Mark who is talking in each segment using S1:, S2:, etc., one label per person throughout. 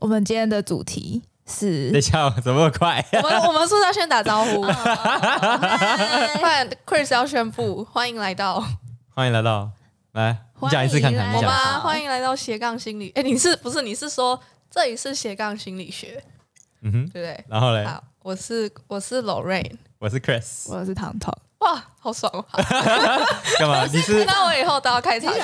S1: 我们今天的主题是
S2: 等一下，怎么那么快？
S3: 我们我们是不是要先打招呼？
S2: 嗯
S3: 不然 Chris 要宣布，欢迎来到
S2: 欢迎来到，来，你讲一次看看，你
S1: 欢
S3: 我
S1: 迎来
S2: 嗯讲一次。
S3: 妈，欢迎来到斜杠心理。哎，你是不是你是说这里是斜杠心理学，
S2: 嗯哼，
S3: 对不
S2: 然后
S3: 对？
S2: 嘞，
S3: 好，我是我是 Lorraine，
S2: 我是 Chris，
S1: 我是糖 糖，
S3: 哇，好爽 啊！
S2: 干嘛？你是
S3: 那我以后都要开场，耶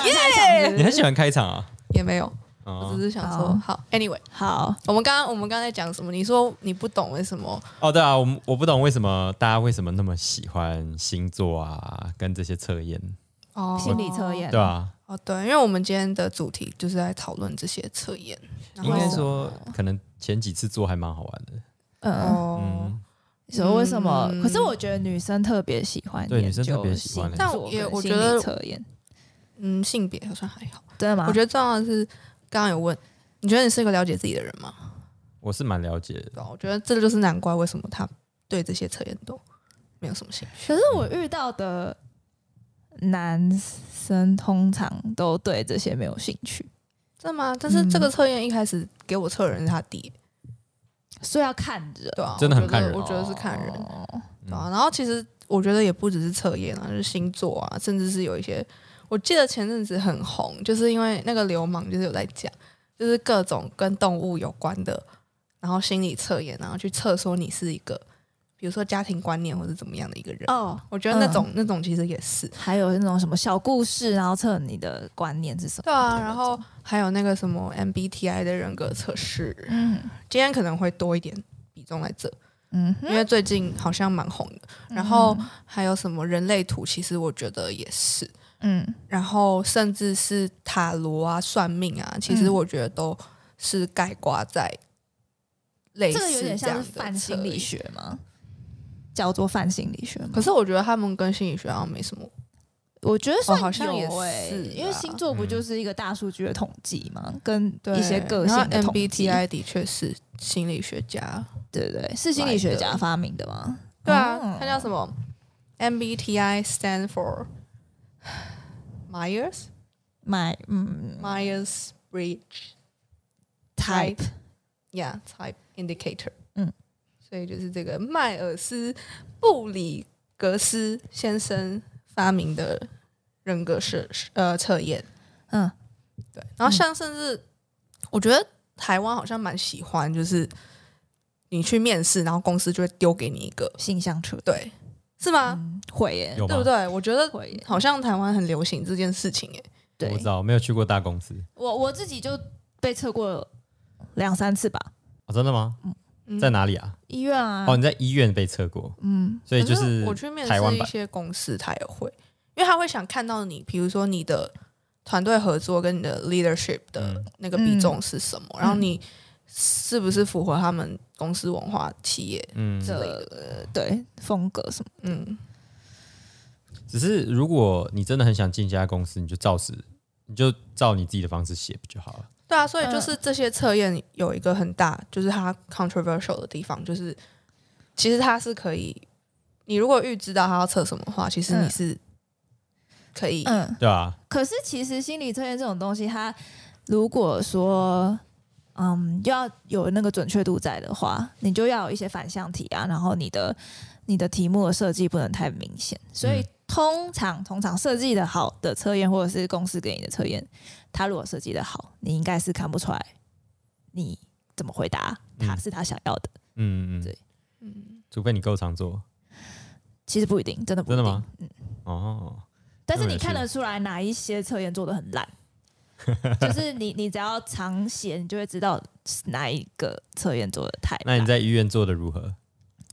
S2: 你 很喜欢开场啊？
S3: 也没有，我
S2: 哦
S3: 只是想说
S1: 好，
S3: 好，Anyway，
S1: 好，
S3: 我们刚刚我们刚才讲什么？你说你不懂为什么？
S2: 哦，对啊，我们我不懂为什么大家为什么那么喜欢星座啊，跟这些测验，
S3: 哦
S1: 心理测验
S2: 对啊，
S3: 哦，对，因为我们今天的主题就是在讨论这些测验，然
S2: 应
S3: 后
S2: 该说可能前几次做还蛮好玩的，
S1: 嗯，
S3: 哦，
S2: 嗯，
S1: 你说为什么？
S3: 嗯
S1: 可是我觉得女生特别喜欢
S2: 对
S1: 研究
S2: 女生特别喜欢
S1: 星座
S3: 但我也我觉
S1: 跟心理
S3: 得
S1: 测验
S3: 嗯，性别好像还好。
S1: 真的吗？
S3: 我觉得重要的是，刚刚有问，你觉得你是一个了解自己的人吗？
S2: 我是蛮了解的。
S3: 对啊我觉得这就是难怪为什么他对这些测验都没有什么兴趣。
S1: 可是我遇到的男生通常都对这些没有兴趣，
S3: 真的吗？但是
S1: 嗯
S3: 这个测验一开始给我测的人是他弟，
S1: 所以要看人，
S3: 对啊，
S2: 真的很
S3: 我觉
S2: 看
S3: 得
S2: 人
S3: 我觉得是看人，
S1: 哦
S2: 嗯
S3: 对啊。然后其实我觉得也不只是测验啊，就是星座啊，甚至是有一些，我记得前阵子很红，就是因为那个流氓就是有在讲，就是各种跟动物有关的，然后心理测验，然后去测说你是一个，比如说家庭观念或者怎么样的一个人。
S1: 哦。
S3: 我觉得那种、那种其实也是，
S1: 还有那种什么小故事，然后测你的观念是什么？
S3: 对啊，
S1: 的那
S3: 然后还有那个什么 MBTI 的人格测试，
S1: 嗯
S3: 今天可能会多一点比重在这，
S1: 嗯哼，
S3: 因为最近好像蛮红的。然后还有什么人类图，其实我觉得也是，
S1: 嗯
S3: 然后甚至是塔罗啊、算命啊，其实
S1: 嗯
S3: 我觉得都是概括在类
S1: 这
S3: 似
S1: 个有点
S3: 这
S1: 像
S3: 样的
S1: 是泛心
S3: 测
S1: 理
S3: 验。
S1: 学吗？叫做泛心理学吗？
S3: 可是我觉得他们跟心理学好像没什么，
S1: 我觉得算
S3: 哦好像也
S1: 有欸
S3: 是
S1: 因为
S3: 啦
S1: 星座不就是一个大数据的统计吗？跟
S3: 对
S1: 一些个性
S3: 然
S1: 的
S3: 后
S1: 统计，
S3: MBTI 的确是心理学家，
S1: 对对对，是心理学
S3: 来
S1: 家
S3: 的
S1: 发明的吗？
S3: 对啊
S1: 哦，
S3: 它叫什么？MBTI stand for Myers
S1: 买嗯
S3: Myers Bridge
S1: type
S3: Yeah Type Indicator。
S1: 嗯，
S3: 所以就是这个迈尔斯布里格斯先生发明的人格是呃测验。
S1: 嗯
S3: 对，然后像甚至、我觉得台湾好像蛮喜欢，就是你去面试，然后公司就会丢给你一个，
S1: 性向测
S3: 对，是吗？
S1: 嗯会耶，
S2: 有
S3: 对
S2: 吗？
S3: 不对？我觉得
S1: 会耶
S3: 好像台湾很流行这件事情欸耶。
S2: 我不
S1: 对
S2: 知，道，我没有去过大公司。
S1: 我我自己就被测过两三次吧，
S2: 哦，真的吗？
S3: 嗯
S2: 在？哪里啊？
S1: 医院啊，
S2: 哦，你在医院被测过，
S1: 嗯
S2: 所以
S3: 可
S2: 就是是
S3: 我去面
S2: 台湾
S3: 试一
S2: 版
S3: 些公司，他也会，因为他会想看到你，比如说你的团队合作跟你的 leadership 的
S2: 嗯
S3: 那个比重是什么，然后
S1: 嗯
S3: 你是不是符合他们公司文化、企业
S2: 嗯，
S3: 之类
S1: 的
S3: 的。
S1: 对风格什么，
S3: 嗯，
S2: 只是如果你真的很想进一家公司，你就照实，你就照你自己的方式写不就好了？
S3: 对啊，所以就是这些测验有一个很大，就是它 controversial 的地方，就是其实它是可以，你如果预知到它要测什么的话，其实你
S1: 嗯
S3: 是可以
S1: 嗯，
S2: 对啊，
S1: 可是其实心理测验这种东西，它如果说嗯要有那个准确度在的话，你就要有一些反向题啊，然后你的你的题目的设计不能太明显，所以。
S2: 嗯
S1: 通常，通常设计的好的测验，或者是公司给你的测验，它如果设计的好，你应该是看不出来你怎么回答，他
S2: 嗯
S1: 是他想要的。
S2: 嗯嗯嗯
S1: 对，
S3: 嗯，
S2: 除非你够常做
S1: 其实不一定，真的不一
S2: 真的
S1: 定。
S2: 吗
S1: 嗯，
S2: 哦。
S1: 但是
S2: 这
S1: 你
S2: 么有
S1: 看
S2: 趣
S1: 得出来哪一些测验做的很烂，就是你你只要常写，你就会知道哪一个测验做的太烂。
S2: 那你在医院做的如何？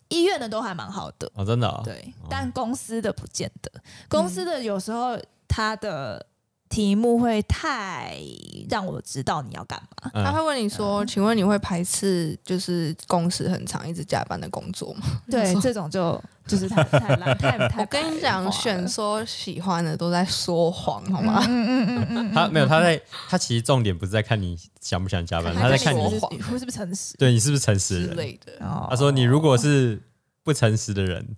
S1: 医院的都还蛮好的，
S2: 哦，真的哦，
S1: 对，
S2: 哦
S1: 但公司的不见得。公司的有时候它的题目会太让我知道你要干嘛。
S2: 嗯，
S3: 他会问你说：“请问你会排斥就是工时很长、一直加班的工作吗
S1: 对，这种就就是太太烂太太白话？”了。
S3: 我跟你讲，选说喜欢的都在说谎，好吗？
S1: 嗯嗯嗯嗯嗯，
S2: 他没有，他在他其实重点不是在看你想不想加班，
S3: 看
S2: 他在
S3: 你
S2: 看
S3: 说
S2: 你
S3: 谎
S1: 是不是诚实。
S2: 对你是不是诚实
S3: 之
S2: 的人。
S3: 类的。
S1: 哦
S2: 他说你如果是不诚实的人，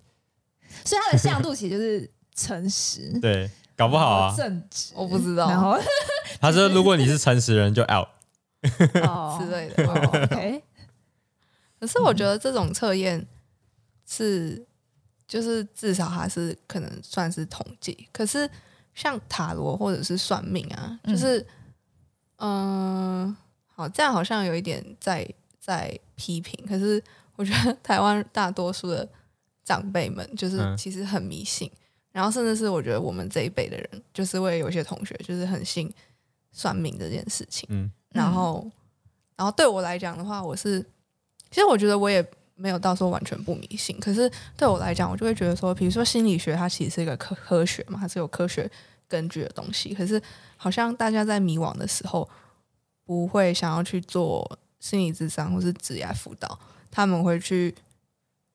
S1: 所以他的向度其实就是诚实，
S2: 对，
S1: 哦
S2: 搞不好啊。
S1: 正直，
S3: 我不知
S1: 然
S3: 道，
S1: 后
S2: 他说如果你是诚实的人就 out，
S1: 哦
S3: 之类的。
S1: 哦 OK，
S3: 可是我觉得这种测验是，就是至少它是可能算是统计。可是像塔罗或者是算命啊，
S1: 嗯
S3: 就是，嗯、好，这样好像有一点在在批评。可是我觉得台湾大多数的长辈们，就是
S2: 嗯
S3: 其实很迷信。然后，甚至是我觉得我们这一辈的人，就是会有一些同学就是很信算命这件事情。
S2: 嗯，
S3: 然后，然后对我来讲的话，我是其实我觉得我也没有到说完全不迷信，可是对我来讲，我就会觉得说，比如说心理学它其实是一个科科学嘛，它是有科学根据的东西，可是好像大家在迷惘的时候，不会想要去做心理智商或是职业辅导，他们会去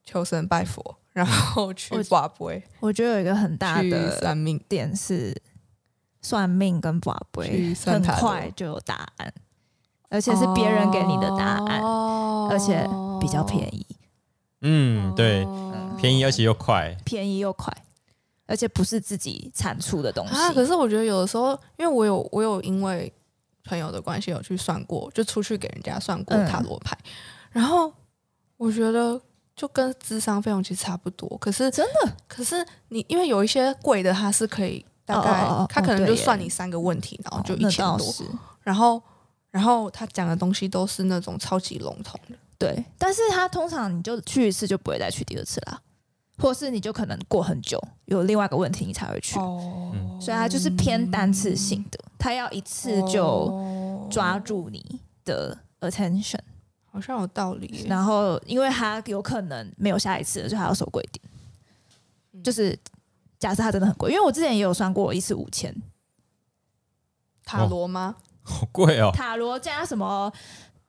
S3: 求神拜佛，然后去
S1: 我
S3: 卜龟、
S1: 我觉得有一个很大
S3: 去
S1: 的
S3: 算命，
S1: 点是算命跟卜
S3: 去
S1: 龟，
S3: 算
S1: 很
S3: 塔罗
S1: 快就有答案，而且是别人给你的答案，
S3: 哦
S1: 而且比较便宜，
S2: 嗯，对，
S1: 哦
S2: 便
S3: 啊
S2: 宜而且又快，
S1: 便宜又快，而且不是自己产出的东西。
S3: 啊，可是我觉得有的时候，因为我有我有因为朋友的关系有去算过，就出去给人家算过
S1: 嗯
S3: 塔罗牌，然后我觉得就跟智商费用其实差不多。可是
S1: 真的，
S3: 可是你因为有一些贵的，它是可以大概
S1: 哦哦哦哦
S3: 它可能就
S1: 对耶
S3: 算你三个问题，然后就
S1: 哦
S3: 一
S1: 那
S3: 千
S1: 倒
S3: 多，
S1: 是
S3: 然后然后他讲的东西都是那种超级笼统的。
S1: 对，但是他通常你就去一次就不会再去第二次啦，或是你就可能过很久有另外一个问题你才会去，
S3: 哦
S2: 嗯
S1: 所以它就是偏单次性的，它要一次
S3: 哦
S1: 就抓住你的 attention，、
S3: 好像有道理耶。
S2: 哦
S1: 然后因为它有可能没有下一次了，所以它要收规定，
S3: 嗯
S1: 就是。假设它真的很贵，因为我之前也有算过一次五千，
S3: 塔罗吗？
S2: 好贵哦。
S1: 塔罗加什么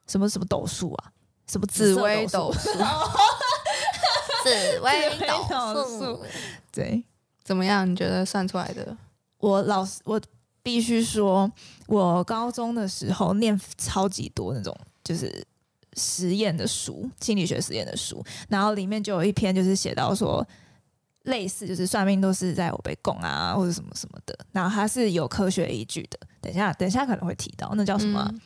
S1: 什么什么斗数啊，什么 紫
S3: 紫
S1: 色
S3: 微
S1: 斗
S3: 斗
S1: 数，
S3: 数，
S4: 紫
S1: 微
S4: 微
S1: 斗
S4: 斗
S1: 数
S4: 数。
S1: 对，
S3: 怎么样？你觉得算出来的？
S1: 我老师，我必须说，我高中的时候念超级多那种就是实验的书，心理学实验的书，然后里面就有一篇就是写到说，类似就是算命都是在我被供啊，或者什么什么的，然后它是有科学依据的。等一下，等一下可能会提到，那叫什么啊、
S3: 嗯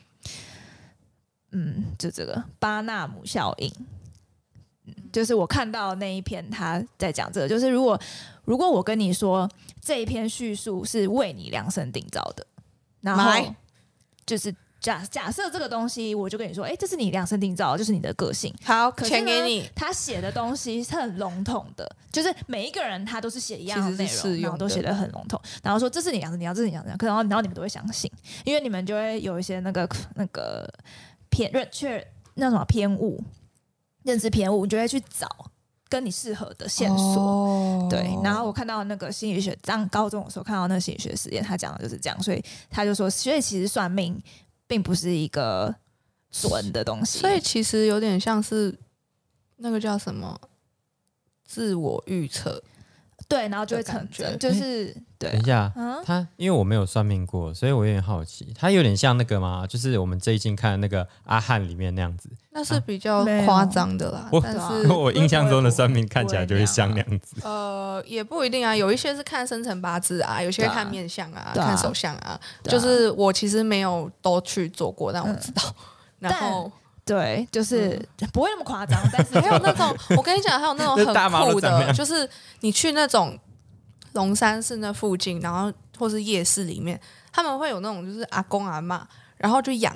S1: 嗯就这个巴纳姆效应。嗯就是我看到那一篇，他在讲这个，就是如果如果我跟你说这一篇叙述是为你量身定造的，然后
S3: 来
S1: 就是假假设这个东西，我就跟你说，哎、这是你量身定造的，就是你的个性。
S3: 好，
S1: 可是
S3: 钱
S1: 呢
S3: 给你。
S1: 他写的东西是很笼统的，就是每一个人他都是写一样的内
S3: 其实是适
S1: 容，
S3: 用的
S1: 然后都写的很笼统，然后说这是你量身定造，这是你量身定造，可然后然后你们都会相信，因为你们就会有一些那个那个偏认确那什么偏误，认知偏误，你就会去找跟你适合的线索。
S3: 哦
S1: 对，然后我看到那个心理学，当高中的时候看到那个心理学实验，他讲的就是这样，所以他就说，所以其实算命并不是一个准的东西，
S3: 所以其实有点像是那个叫什么自我预测，
S1: 对，然后就会
S3: 的感
S1: 成
S3: 觉
S1: 真，就是、对
S2: 等
S1: 啊
S2: 一，下，
S1: 嗯，
S2: 它因为我没有算命过，所以我有点好奇，它有点像那个吗？就是我们最近看的那个《阿汉》里面那样子，
S3: 那是比较
S1: 啊没有
S3: 夸张的啦
S2: 我。
S3: 但
S1: 对啊
S3: 是
S2: 我印象中的算命看起来就会像那样子。
S3: 呃，也不一定啊，有一些是看生辰八字啊，有些
S1: 对啊
S3: 看面相啊，
S1: 对啊
S3: 看手相啊。
S1: 对啊嗯
S3: 就是我其实没有都去做过，但我知道。然后
S1: 对，就是、不会那么夸张，但 是
S3: 还有那种，我跟你讲，还有那种
S2: 那大妈
S3: 很
S2: 都
S3: 酷
S2: 长那
S3: 的，
S2: 样
S3: 就是你去那种龙山寺那附近，然后或是夜市里面，他们会有那种就是阿公阿嬷，然后就养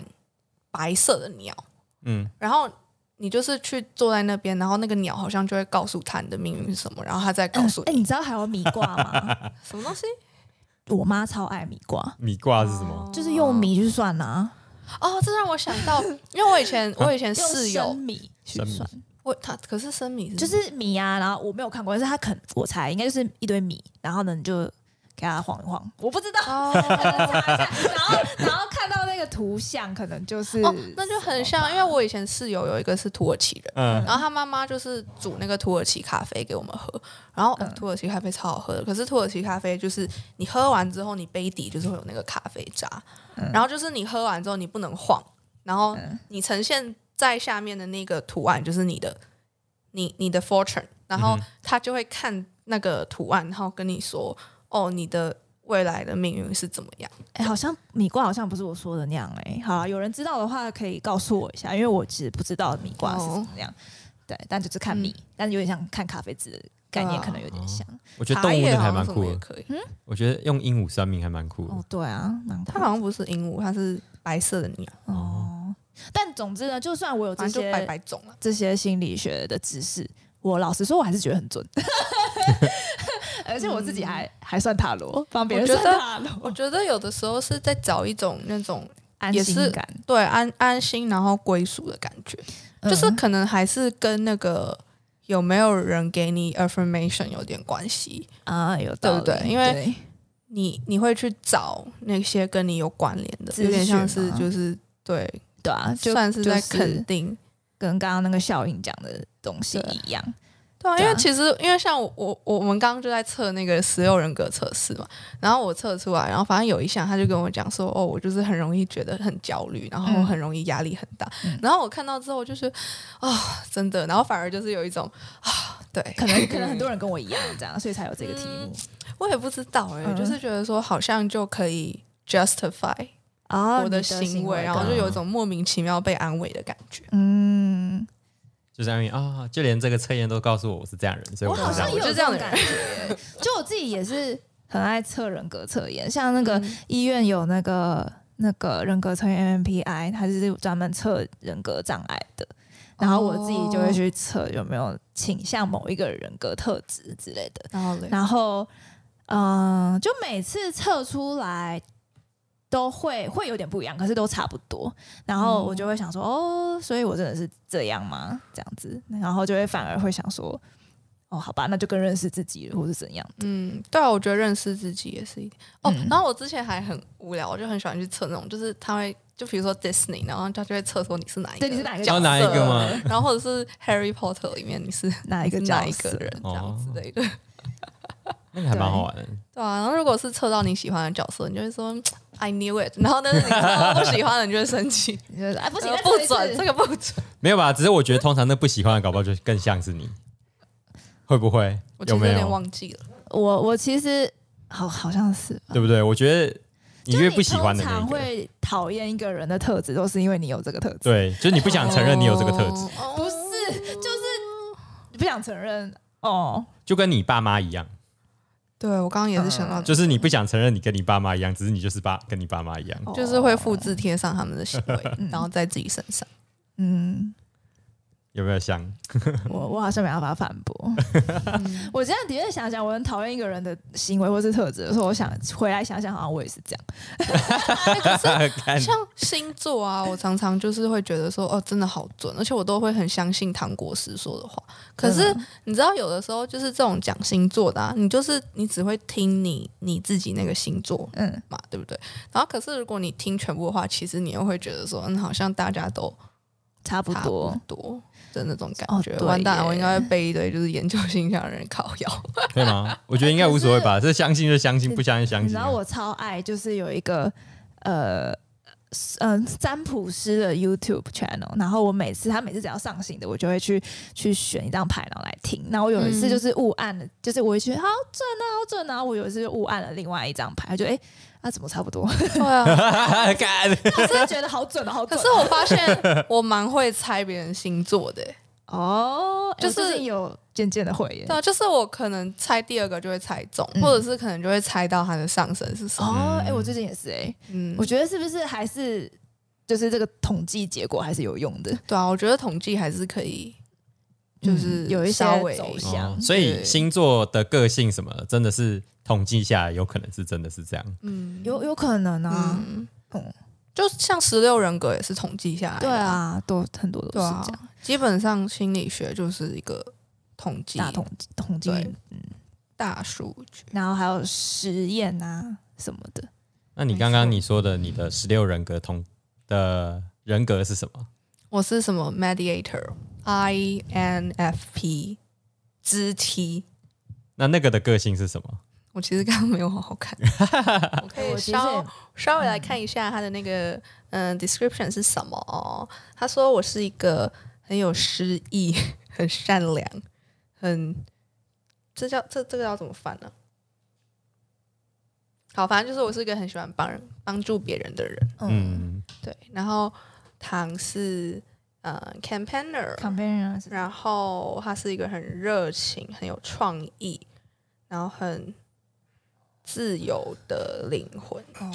S3: 白色的鸟，
S2: 嗯，
S3: 然后你就是去坐在那边，然后那个鸟好像就会告诉他你的命运是什么，然后他再告诉
S1: 哎、
S3: 你、
S1: 你知道还有米卦 吗？
S3: 什么东西。
S1: 我妈超爱米卦，
S2: 米卦是什么？
S1: 就是用米去算啊，
S3: 哦，这让我想到，因为我以
S2: 啊
S3: 前我以前
S1: 用
S3: 室
S1: 生
S3: 友，
S1: 米去
S2: 生米
S1: 算，
S3: 我他可是生米
S1: 就
S3: 什么
S1: 是米啊，然后我没有看过，但是他肯我猜应该就是一堆米，然后呢你就给它晃一晃，我不知道。
S3: 哦
S1: 然后然后看到那个图像，可能就是
S3: 哦，那就很像，因为
S1: 为
S3: 我以前室友有一个是土耳其人。
S2: 嗯，
S3: 然后他妈妈就是煮那个土耳其咖啡给我们喝，然后、哦
S1: 嗯
S3: 土耳其咖啡超好喝的，可是土耳其咖啡就是你喝完之后，你杯底就是会有那个咖啡渣，
S1: 嗯
S3: 然后就是你喝完之后你不能晃，然后
S1: 嗯
S3: 你呈现在下面的那个图案就是你的你你的 fortune，然后
S2: 嗯哼
S3: 他就会看那个图案，然后跟你说哦你的。未来的命运是怎么样。
S1: 哎、好像米卦好像不是我说的那样哎、好啊，有人知道的话可以告诉我一下，因为我其实不知道米卦是怎么样。对，但就是看
S3: 嗯
S1: 米，但有点像看咖啡籽的概念，
S3: 哦
S1: 可能有点像。
S2: 我觉得
S3: 茶
S2: 动物那
S3: 叶
S2: 个
S3: 好
S2: 还
S3: 像
S2: 蛮
S3: 什么
S2: 酷
S3: 也
S2: 的，
S3: 可以。
S2: 我觉得用鹦鹉算命还蛮酷
S1: 哦
S2: 的。，
S1: 对啊，蛮酷
S3: 它
S1: 的
S3: 好像不是鹦鹉，它是白色的鸟，
S1: 哦。但总之呢，就算我有这
S3: 反正就
S1: 些
S3: 白白种啊了。
S1: 这些心理学的知识，我老实说，我还是觉得很准。 而且我自己还、还算塔罗，帮别人
S3: 嗯我觉
S1: 算
S3: 得
S1: 塔罗，
S3: 我觉得有的时候是在找一种那种
S1: 安
S3: 也
S1: 心
S3: 是
S1: 感
S3: 对安安心然后归属的感觉，就是
S1: 嗯
S3: 可能还是跟那个有没有人给你 affirmation 有点关系。
S1: 啊，有道理，
S3: 对不对因为
S1: 对
S3: 你你会去找那些跟你有关联的，
S1: 资讯
S3: 有点像是
S1: 吗
S3: 就是对，
S1: 对啊，就
S3: 算是在
S1: 就是
S3: 肯定。
S1: 跟刚刚那个效应讲的东西
S3: 对
S1: 一样。
S3: 对啊，
S1: 对
S3: 因
S1: 啊
S3: 为其实因为像我我我们刚刚就在测那个十六人格测试嘛，然后我测出来，然后反正有一项他就跟我讲说，哦，我就是很容易觉得很焦虑，然后
S1: 嗯
S3: 很容易压力很大，
S1: 嗯
S3: 然后我看到之后我就是啊、真的，然后反而就是有一种啊，对，
S1: 可 能可能很多人跟我一样这样，所以才有这个题目
S3: 我也不知道哎、
S1: 嗯
S3: 就是觉得说好像就可以 justify
S1: 啊
S3: 我的
S1: 行
S3: 行为，然后
S2: 对
S3: 就有一种莫名其妙被安慰的感觉。
S1: 嗯，
S2: 就是因为啊，就连这个测验都告诉我我是这样的人，所以
S1: 我
S2: 就
S1: 好
S2: 是这
S1: 像有
S2: 样的人。
S1: 这种感觉， 就我自己也是很爱测人格测验，像那个
S3: 嗯
S1: 医院有那个那个人格测验 MPI，它是专门测人格障碍的。然后我自己就会去测有没有倾向某一个人格特质之类的。
S3: 然后嘞，
S1: 然后，嗯、就每次测出来都会会有点不一样，可是都差不多。然后我就会想说，哦，所以我真的是这样吗？这样子，然后就会反而会想说，哦，好吧，那就更认识自己了，或是怎样。
S3: 嗯，对啊，我觉得认识自己也是一点哦。
S1: 嗯
S3: 然后我之前还很无聊，我就很喜欢去测那种，就是他会就比如说 Disney，然后他就会测说你是哪一个，
S1: 对，你是哪一个角
S2: 要
S1: 色？
S2: 哪一个吗？
S3: 然后或者是 Harry Potter 里面你是
S1: 哪一个
S3: 你是
S1: 角
S3: 哪一个
S1: 色
S3: 人这样
S2: 哦
S3: 之类的。
S2: 那个还蛮好玩的。
S3: 对啊，然后如果是测到你喜欢的角色，你就会说 I knew it，然后但是你测到不喜欢的，你就会生气，
S1: 你就是哎，不行
S3: 呃，
S1: 再
S3: 不
S1: 测一次
S3: 准，这个不准。
S2: 没有吧？只是我觉得通常那不喜欢的，搞不好就更像是你，会不会
S3: 我？其实
S2: 有
S3: 有
S2: 没
S3: 点
S2: 有？
S3: 忘记了，
S1: 我我其实好好像是吧。
S2: 对不对？我觉得你
S1: 就是
S2: 越不喜欢的
S1: 通
S2: 那
S1: 常
S2: 一个，
S1: 会讨厌一个人的特质，都是因为你有这个特质。
S2: 对，就是你不
S1: 啊
S2: 想承认你有这个特质，
S3: 哦，
S1: 不是，就是不想承认哦。
S2: 就跟你爸妈一样，
S3: 对我刚刚也是想
S1: 嗯
S3: 到，
S2: 就是你不想承认你跟你爸妈一样，只是你就是爸跟你爸妈一样。
S3: 就是会复制贴上他们的行 为，然后在自己身上。
S1: 嗯，
S2: 有没有像？
S1: 我我好像没办法反驳。
S3: 嗯
S1: 我现在的确想想，我很讨厌一个人的行为或是特质的时候，我想回来想想，好像我也是这样。哎哦
S2: 看，
S3: 像星座啊，我常常就是会觉得说，哦，真的好准，而且我都会很相信唐国师说的话。
S1: 嗯
S3: 可是你知道，有的时候就是这种讲星座的、啊，你就是你只会听你你自己那个星座
S1: 嗯，
S3: 嘛，对不对？然后可是如果你听全部的话，其实你又会觉得说，嗯，好像大家都
S1: 差不
S3: 差
S1: 多
S3: 不。多的那种感觉。
S1: 哦对
S3: 完蛋了，
S1: 耶
S3: 我应该会被一堆就是研究星象的人 靠 腰。
S2: 对吗？我觉得应该无所谓吧，这相信就相信，不相信相
S1: 你
S2: 信
S1: 知
S2: 啊。
S1: 道我超爱，就是有一个呃。嗯，占卜师的 YouTube channel，然后我每次他每次只要上新的，我就会去去选一张牌然后来听。然后我有一次
S3: 嗯
S1: 就是误按了，就是我会觉得好准啊，好准啊！我有一次就误按了另外一张牌，就哎，啊怎么差不多？
S3: 对啊，
S2: 看，
S1: 我真的觉得好准哦，好
S3: 可
S1: 准哦。
S3: 是我发现我蛮会猜别人星座的欸、
S1: 哦，
S3: 就
S1: 就是是有渐渐的会耶
S3: 对。啊，就是我可能猜第二个就会猜中，
S1: 嗯
S3: 或者是可能就会猜到他的上身是什么。
S1: 哦，哎、
S2: 嗯
S1: 我最近也是哎、
S3: 嗯，
S1: 我觉得是不是还是就是这个统计结果还是有用的，
S3: 对啊，我觉得统计还是可以，就是
S1: 嗯有一些
S3: 稍微
S1: 走向。
S2: 哦所以
S3: 对
S2: 星座的个性什么的，真的是统计下来有可能是真的是这样。
S3: 嗯
S1: 有有可能啊，
S3: 嗯
S1: 嗯，
S3: 就像十六人格也是统计下来的，
S1: 对，啊，都很多都
S3: 对
S1: 是
S3: 啊
S1: 这样，，
S3: 基本上心理学就是一个统计
S1: 大统计统计，
S3: 对
S1: 嗯，
S3: 大数据。
S1: 然后还有实验啊什么的，
S2: 那你刚刚你说的你的十六人格同的人格是什么？
S3: 我是什么 mediator，I N F P，肢 T。
S2: 那那个的个性是什么？
S3: 我其实刚刚没有好好 看，我可以
S1: 我其实
S3: 稍
S1: 也
S3: 稍微来看一下他的那个嗯、呃 description 是什么哦。他说我是一个很有诗意、 很善良、很这叫这这个要怎么翻呢、好，反正就是我是一个很喜欢帮人帮助别人的人，
S1: 嗯
S2: 嗯，
S3: 对。然后唐是呃 campaigner，
S1: ，companion 是
S3: 然后他是一个很热情、很有创意，然后很自由的灵魂。
S1: 哦，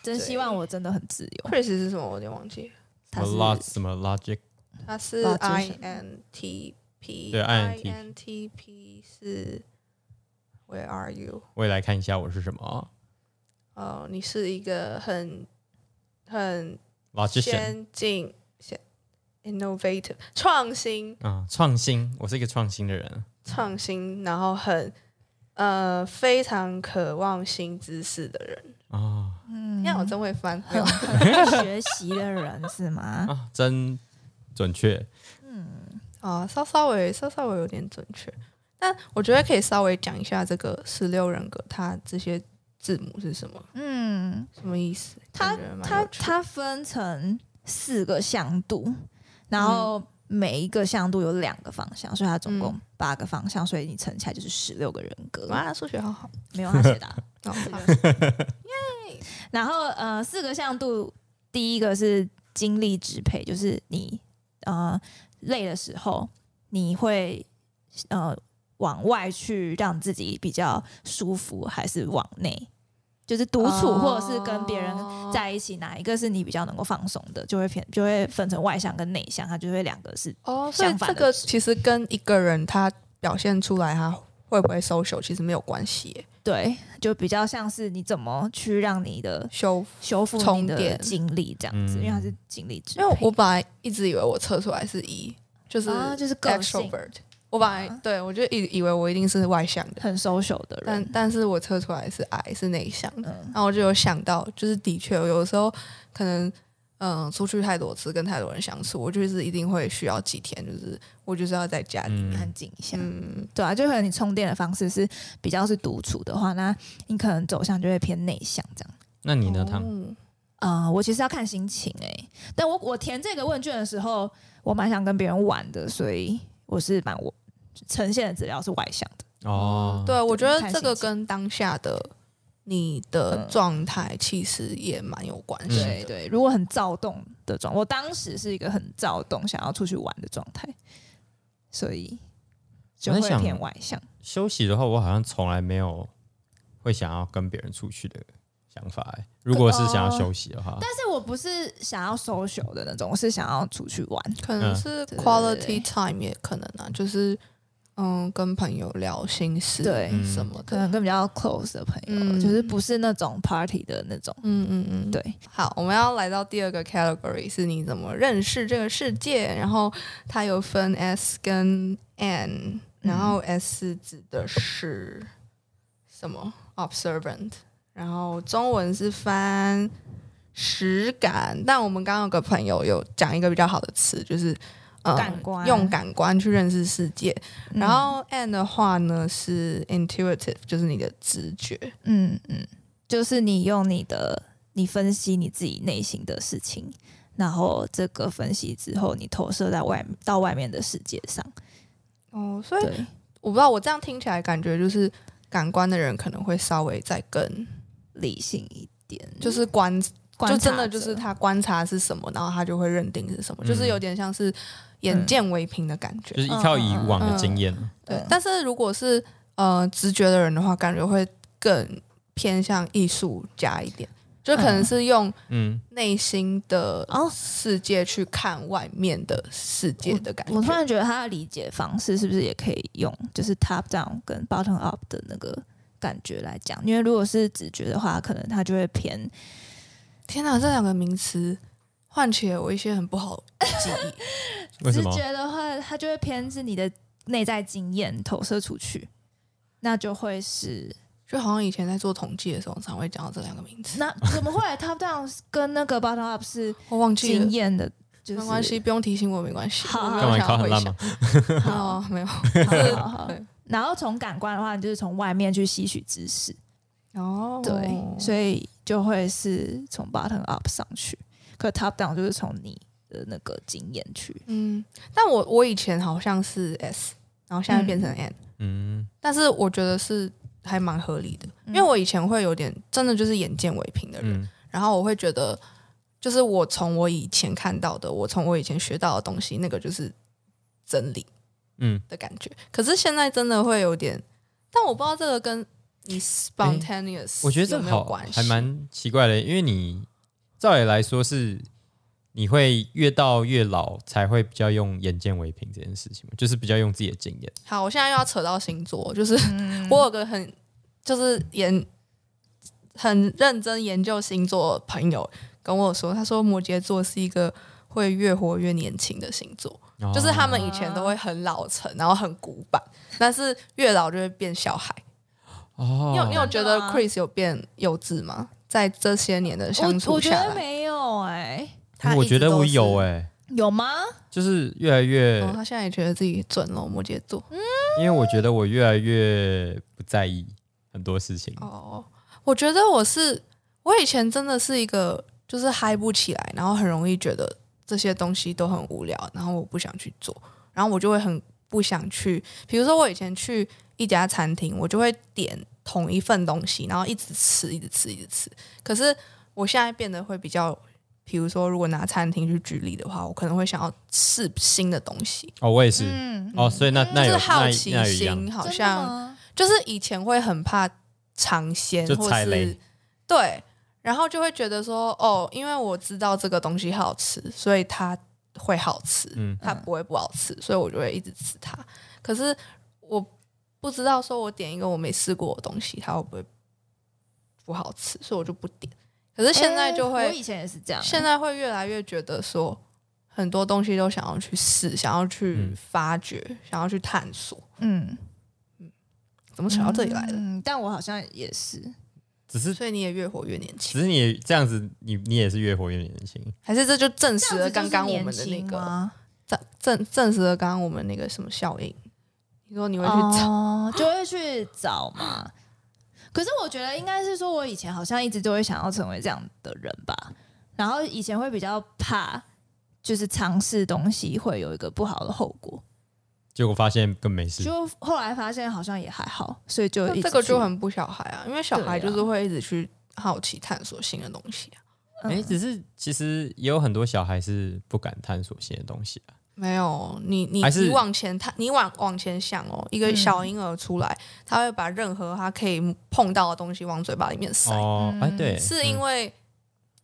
S1: 真希望我真的很自由。
S3: Chris 是什么？我有点忘记了。
S2: 什
S1: 他
S2: 么
S1: 是
S2: log 什么 logic
S3: 他是
S1: 老精
S3: I
S1: 神
S3: N T P，
S2: 对 INTP
S3: N T P 是 Where are you？
S2: 我也来看一下我是什么啊
S3: 呃，你是一个很很
S2: logician
S3: 先进、先 innovative 创新、
S2: 啊，创新，我是一个创新的人，
S3: 创新，然后很呃非常渴望新知识的人。
S2: 啊
S1: 嗯
S3: 你 看我真会翻，啊没有
S1: 很很会学习的人是吗？
S2: 啊，真准确，
S1: 嗯，
S3: 啊，稍稍微稍稍微有点准确，但我觉得可以稍微讲一下这个十六人格，它这些字母是什么，
S1: 嗯，
S3: 什么意思？
S1: 它
S3: 感觉蛮
S1: 它
S3: 有趣的
S1: 它分成四个向度，然后每一个向度有两个方向，所以它总共
S3: 嗯
S1: 八个方向，所以你乘起来就是十六个人格。
S3: 哇，数学好好。
S1: 没有他写的啊、
S3: 哦，好
S1: 然后呃，四个向度，第一个是精力支配，就是你呃累的时候，你会呃往外去让自己比较舒服，还是往内？就是独处
S3: 哦
S1: 或者是跟别人在一起，哪一个是你比较能够放松的，就会偏就会分成外向跟内向，它就会两个是
S3: 哦，所以
S1: 相反
S3: 这
S1: 的
S3: 个其实跟一个人他表现出来他会不会 social 其实没有关系耶，
S1: 对，就比较像是你怎么去让你的
S3: 修。
S1: 修复你
S3: 充
S1: 的
S3: 电
S1: 精力这样子，因
S2: 嗯
S1: 为它是精力支
S3: 因为
S1: 配
S3: 我本来一直以为我测出来是 E，就是
S1: 啊就是个性
S3: extrovert。我本来
S1: 啊
S3: 对我就以以为我一定是外向的，
S1: 很 social 的
S3: 但
S1: 人，
S3: 但是我测出来是 I 是内向的，
S1: 嗯
S3: 然后我就有想到，就是的确有时候可能嗯出去太多次跟太多人相处，我就是一定会需要几天，就是我就是要在家里面，
S1: 安
S2: 嗯，
S1: 静一下。
S3: 嗯
S1: 对啊，就可能你充电的方式是比较是独处的话，那你可能走向就会偏内向这样。
S2: 那你呢，汤？
S3: 哦
S1: 啊、我其实要看心情哎、但我我填这个问卷的时候，我蛮想跟别人玩的，所以我是蛮我呈现的资料是外向的。
S2: 哦，
S3: 对，啊我觉得
S1: 看
S3: 这
S1: 嗯心
S3: 个
S1: 情
S3: 跟当下的你的
S1: 嗯
S3: 状态其实也蛮有关系
S2: 嗯
S1: 对
S3: 的。
S1: 对，如果很躁动的状，我当时是一个很躁动想要出去玩的状态，所以就
S2: 我
S1: 会
S2: 在想
S1: 偏外向。
S2: 休息的话，我好像从来没有会想要跟别人出去的想法、欸。如果是想要休息的话，
S1: 但是我不是想要 social 的那种，我是想要出去玩。
S3: 可能
S2: 嗯
S3: 是
S1: 对
S3: quality time 也可能啊，就是嗯，跟朋友聊心事，
S1: 对
S2: 嗯
S3: 什么
S1: 可
S3: 的。
S1: 能跟比较 close 的朋友，
S3: 嗯
S1: 就是不是那种 party 的那种。
S3: 嗯嗯嗯，
S1: 对，
S3: 好，我们要来到第二个 category，是你怎么认识这个世界，然后它有分 S 跟 N，然后 S 是指的是什么？observant，然后中文是翻实感，但我们刚刚有个朋友有讲一个比较好的词，就是。呃
S1: 感官
S3: 用感官去认识世界，
S1: 嗯
S3: 然后 N 的话呢是 intuitive，就是你的直觉，
S1: 嗯嗯，就是你用你的你分析你自己内心的事情，然后这个分析之后，你投射在外到外面的世界上。
S3: 哦，所以
S1: 对，
S3: 我不知道，我这样听起来感觉就是感官的人可能会稍微再更
S1: 理性一点，
S3: 就是嗯观，
S1: 观
S3: 就
S1: 察
S3: 真的
S1: 者
S3: 就是他观察是什么，然后他就会认定是什么，
S2: 嗯
S3: 就是有点像是眼见为凭的感觉。
S2: 就是依靠以往的经验，
S3: 对
S1: 嗯，
S3: 但是如果是呃直觉的人的话，感觉会更偏向艺术家一点，就可能
S1: 嗯
S3: 是用
S2: 嗯，
S3: 内心的
S1: 哦
S3: 世界去看外面的世界的感觉。
S1: 我突然觉得他的理解方式是不是也可以用，就是 top down 跟 bottom up 的那个感觉来讲？因为如果是直觉的话，可能他就会偏
S3: 天哪，这两个名词唤起了我一些很不好的记忆。
S2: 嗯为什
S1: 直
S2: 么？
S1: 觉的话，它就会偏是你的内在经验投射出去，那就会是
S3: 就好像以前在做统计的时候，常会讲到这两个名词。
S1: 那怎么会 top down 跟那个 bottom up 是
S3: 我忘记了
S1: 经，验的，就是
S3: 没关系，。不用提醒我，没关系。
S1: 好
S3: 我没
S2: 干嘛
S3: 有
S2: 你
S3: 想
S2: 考
S3: 要
S2: 很
S3: 回
S2: 烂
S3: 想
S2: 吗？？
S3: 哦，没有。
S1: 好 好好
S3: 对
S1: 然后从感官的话，你就是从外面去吸取知识，
S3: 哦，
S1: 对，所以就会是从 bottom up 上去，可 top down 就是从你的那个经验去。
S3: 嗯，但我我以前好像是 S，然后现在变成 N，、
S2: 嗯，
S3: 但是我觉得是还蛮合理的。
S1: 嗯
S3: 因为我以前会有点真的就是眼见为凭的人，
S2: 嗯
S3: 然后我会觉得，就是我从我以前看到的，我从我以前学到的东西，那个就是真理
S2: 嗯，
S3: 的感觉。可是现在真的会有点，但我不知道这个跟你 spontaneous，、
S2: 我觉得这
S3: 没有
S2: 好
S3: 关系，
S2: 还蛮奇怪的，因为你照理来说是你会越到越老才会比较用眼见为凭这件事情嘛，就是比较用自己的经验。
S3: 好，我现在又要扯到星座，就是、
S1: 嗯
S3: 我有个很就是研很认真研究星座的朋友跟我说，他说摩羯座是一个会越活越年轻的星座，
S2: 哦
S3: 就是他们以前都会很老成，然后很古板，但是越老就会变小孩。
S2: 哦，
S3: 你有你有觉得
S1: 真的吗
S3: Chris 有变幼稚吗？在这些年的相
S1: 我
S3: 处
S1: 我觉
S3: 下
S1: 得
S3: 来，
S1: 没有哎、
S3: 他
S2: 我
S3: 一
S2: 觉
S3: 直
S2: 得
S3: 都
S2: 我
S3: 是
S2: 有哎、
S1: 有吗？
S2: 就是越来越，
S3: 哦，他现在也觉得自己准了摩羯座。
S1: 嗯
S2: 因为我觉得我越来越不在意很多事情。
S3: 哦，我觉得我是我以前真的是一个就是嗨不起来，然后很容易觉得这些东西都很无聊，然后我不想去做，然后我就会很不想去。比如说我以前去一家餐厅，我就会点同一份东西，然后一直吃，一直吃，一直吃。可是我现在变得会比较。比如说，如果拿餐厅去举例的话，我可能会想要试新的东西，
S2: 哦，我也是。
S1: 嗯，
S2: 哦，所以那
S3: 就
S2: 那
S3: 是
S2: 有
S3: 好
S2: 那
S3: 奇
S2: 那有一样
S3: 心，好
S1: 真的
S3: 像
S1: 吗
S3: 就是以前会很怕尝鲜，
S2: 就
S3: 或
S2: 踩雷
S3: 是对，然后就会觉得说，哦，因为我知道这个东西好吃，所以它会好吃，
S2: 嗯
S3: 它不会不好吃，所以我就会一直吃它。可是我不知道，说我点一个我没试过的东西，它会不会不好吃，所以我就不点。可是现在就
S1: 欸
S3: 会，
S1: 我以前也是这样、
S3: 现在会越来越觉得说，很多东西都想要去试，想要去
S2: 嗯
S3: 发掘，想要去探索。
S1: 嗯，
S3: 怎么扯到这里来的？
S1: 嗯，但我好像也是，
S2: 只是
S3: 所以你也越活越年
S2: 只，
S3: 轻
S2: 是你这样子，你你也是越活越年轻。
S3: 还是这就证实
S1: 这样
S3: 了
S1: 子
S3: 刚刚我们
S1: 就
S3: 的
S1: 是
S3: 那
S1: 年轻
S3: 个
S1: 吗
S3: 证证证实了刚刚我们那个什么效应？你说你会去找、
S1: 哦，就会去找嘛。可是我觉得应该是说，我以前好像一直都会想要成为这样的人吧，然后以前会比较怕，就是尝试东西会有一个不好的后果，
S2: 结果发现更没事，
S1: 就后来发现好像也还好，所以就
S3: 那
S1: 一直
S3: 这个
S1: 去
S3: 就很不小孩啊，因为小孩
S1: 对啊
S3: 就是会一直去好奇探索新的东西啊。
S2: 哎、只是其实也有很多小孩是不敢探索新的东西啊。
S3: 没有你，你
S2: 还是
S3: 你往前探，你往往前想哦，一个
S1: 嗯
S3: 小婴儿出来，他会把任何他可以碰到的东西往嘴巴里面塞，
S2: 哦，哎、对，
S3: 是因
S2: 嗯
S3: 为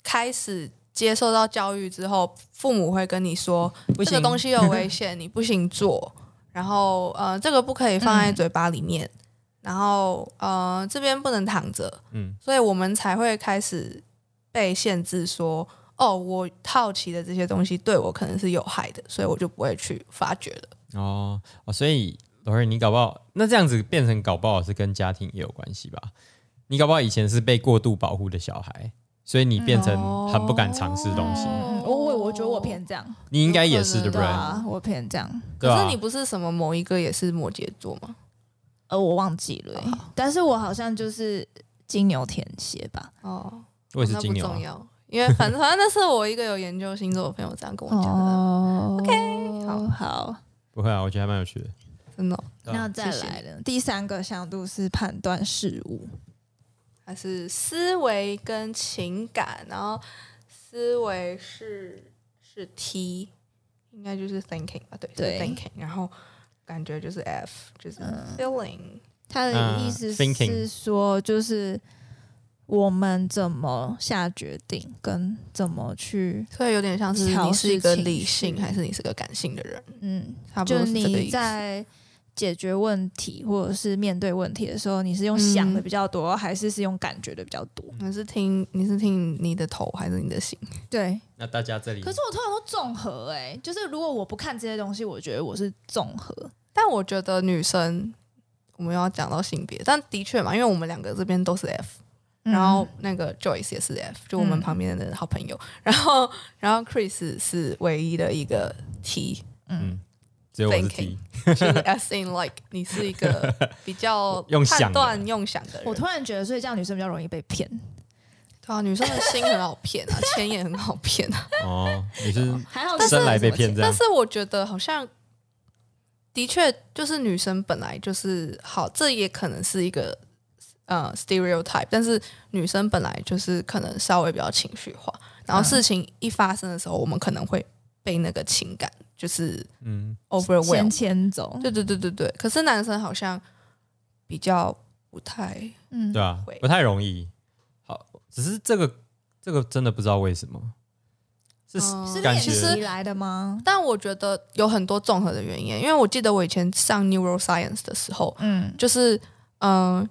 S3: 开始接受到教育之后，父母会跟你说，
S2: 不
S3: 这个
S2: 行
S3: 东西有危险，你 不行做。然后呃，这个不可以放在嘴巴里面。然后呃，这边不能躺着，
S2: 嗯
S3: 所以我们才会开始被限制说，哦，我好奇的这些东西对我可能是有害的，所以我就不会去发掘了。
S2: 哦哦，所以老师，你搞不好那这样子变成搞不好是跟家庭也有关系吧？你搞不好以前是被过度保护的小孩，所以你变成很不敢尝试东西。
S3: 嗯哦
S1: 嗯，我我我觉得我偏这样，
S2: 你应该也是
S3: 有可
S2: 对不
S3: 能
S1: 对
S2: 对？
S1: 啊，我偏这样，
S2: 对
S3: 可
S2: 啊
S3: 是你不是什么某一个也是摩羯座吗？
S1: 呃，我忘记了欸、但是我好像就是金牛天蝎吧，
S3: 哦，
S2: 我也是
S3: 那
S2: 金
S3: 不
S2: 牛啊、
S3: 重要，因为反正反正那是我一个有研究星座的朋友这样跟我讲的，
S1: 哦，OK，好好。
S2: 不会啊，我觉得还蛮有趣的。
S3: 真的哦
S2: 对
S1: 那
S2: 啊
S1: 再
S3: 谢谢
S1: 来呢？第三个向度是判断事物，
S3: 还是思维跟情感，然后思维是是 T，应该就是 thinking 吧，对，是
S1: 对
S3: thinking，然后感觉就是 F，就是
S1: 嗯
S3: feeling，、
S1: 他的意思
S2: 嗯，thinking
S1: 是说，就是我们怎么下决定，跟怎么去，
S3: 所以有点像是
S1: 调
S3: 你
S1: 试
S3: 是一个
S1: 情
S3: 理
S1: 绪
S3: 性还是你是个感性的人，
S1: 嗯，
S3: 差不
S1: 就
S3: 多是这个
S1: 你
S3: 意思。
S1: 在解决问题或者是面对问题的时候，你是用
S3: 嗯
S1: 想的比较多，还是是用感觉的比较多？
S2: 嗯
S3: 你是听你是听你的头还是你的心？
S1: 对。
S2: 那大家这里
S1: 可是我通常都综合、欸，就是如果我不看这些东西，我觉得我是综合，
S3: 但我觉得女生，我们又要讲到性别，但的确嘛，因为我们两个这边都是 F，然后那个 Joyce 也是 F，就我们
S1: 嗯
S3: 旁边的好朋友。然后，然后 Chris 是唯一的一个 T，
S1: 嗯，
S2: 只有我是
S3: thinking
S2: T，
S3: 就是 S in like，你是一个比较
S2: 用想的
S3: 判断用想的
S1: 我
S3: 人。
S1: 突然觉得，所以这样女生比较容易被骗。
S3: 对啊，女生的心很好骗啊，钱也很好骗啊。
S2: 哦，你是
S1: 还好，
S2: 生来被骗这
S3: 但
S2: 样。
S3: 是我觉得好像。的确，就是女生本来就是好，这也可能是一个呃 stereotype，但是女生本来就是可能稍微比较情绪化，然后
S1: 嗯
S3: 事情一发生的时候，我们可能会被那个情感就是
S2: 嗯，
S3: overwhelm
S1: 先。牵走，
S3: 对对对对对，可是男生好像比较不太
S1: 嗯
S2: 对啊
S3: 会，
S2: 不太容易。好，只是这个这个真的不知道为什么，是
S3: 嗯
S1: 是
S2: 啊感
S1: 练
S2: 觉
S1: 习来的吗？
S3: 但我觉得有很多综合的原因，因为我记得我以前上 neuroscience 的时候，
S1: 嗯，
S3: 就是嗯、呃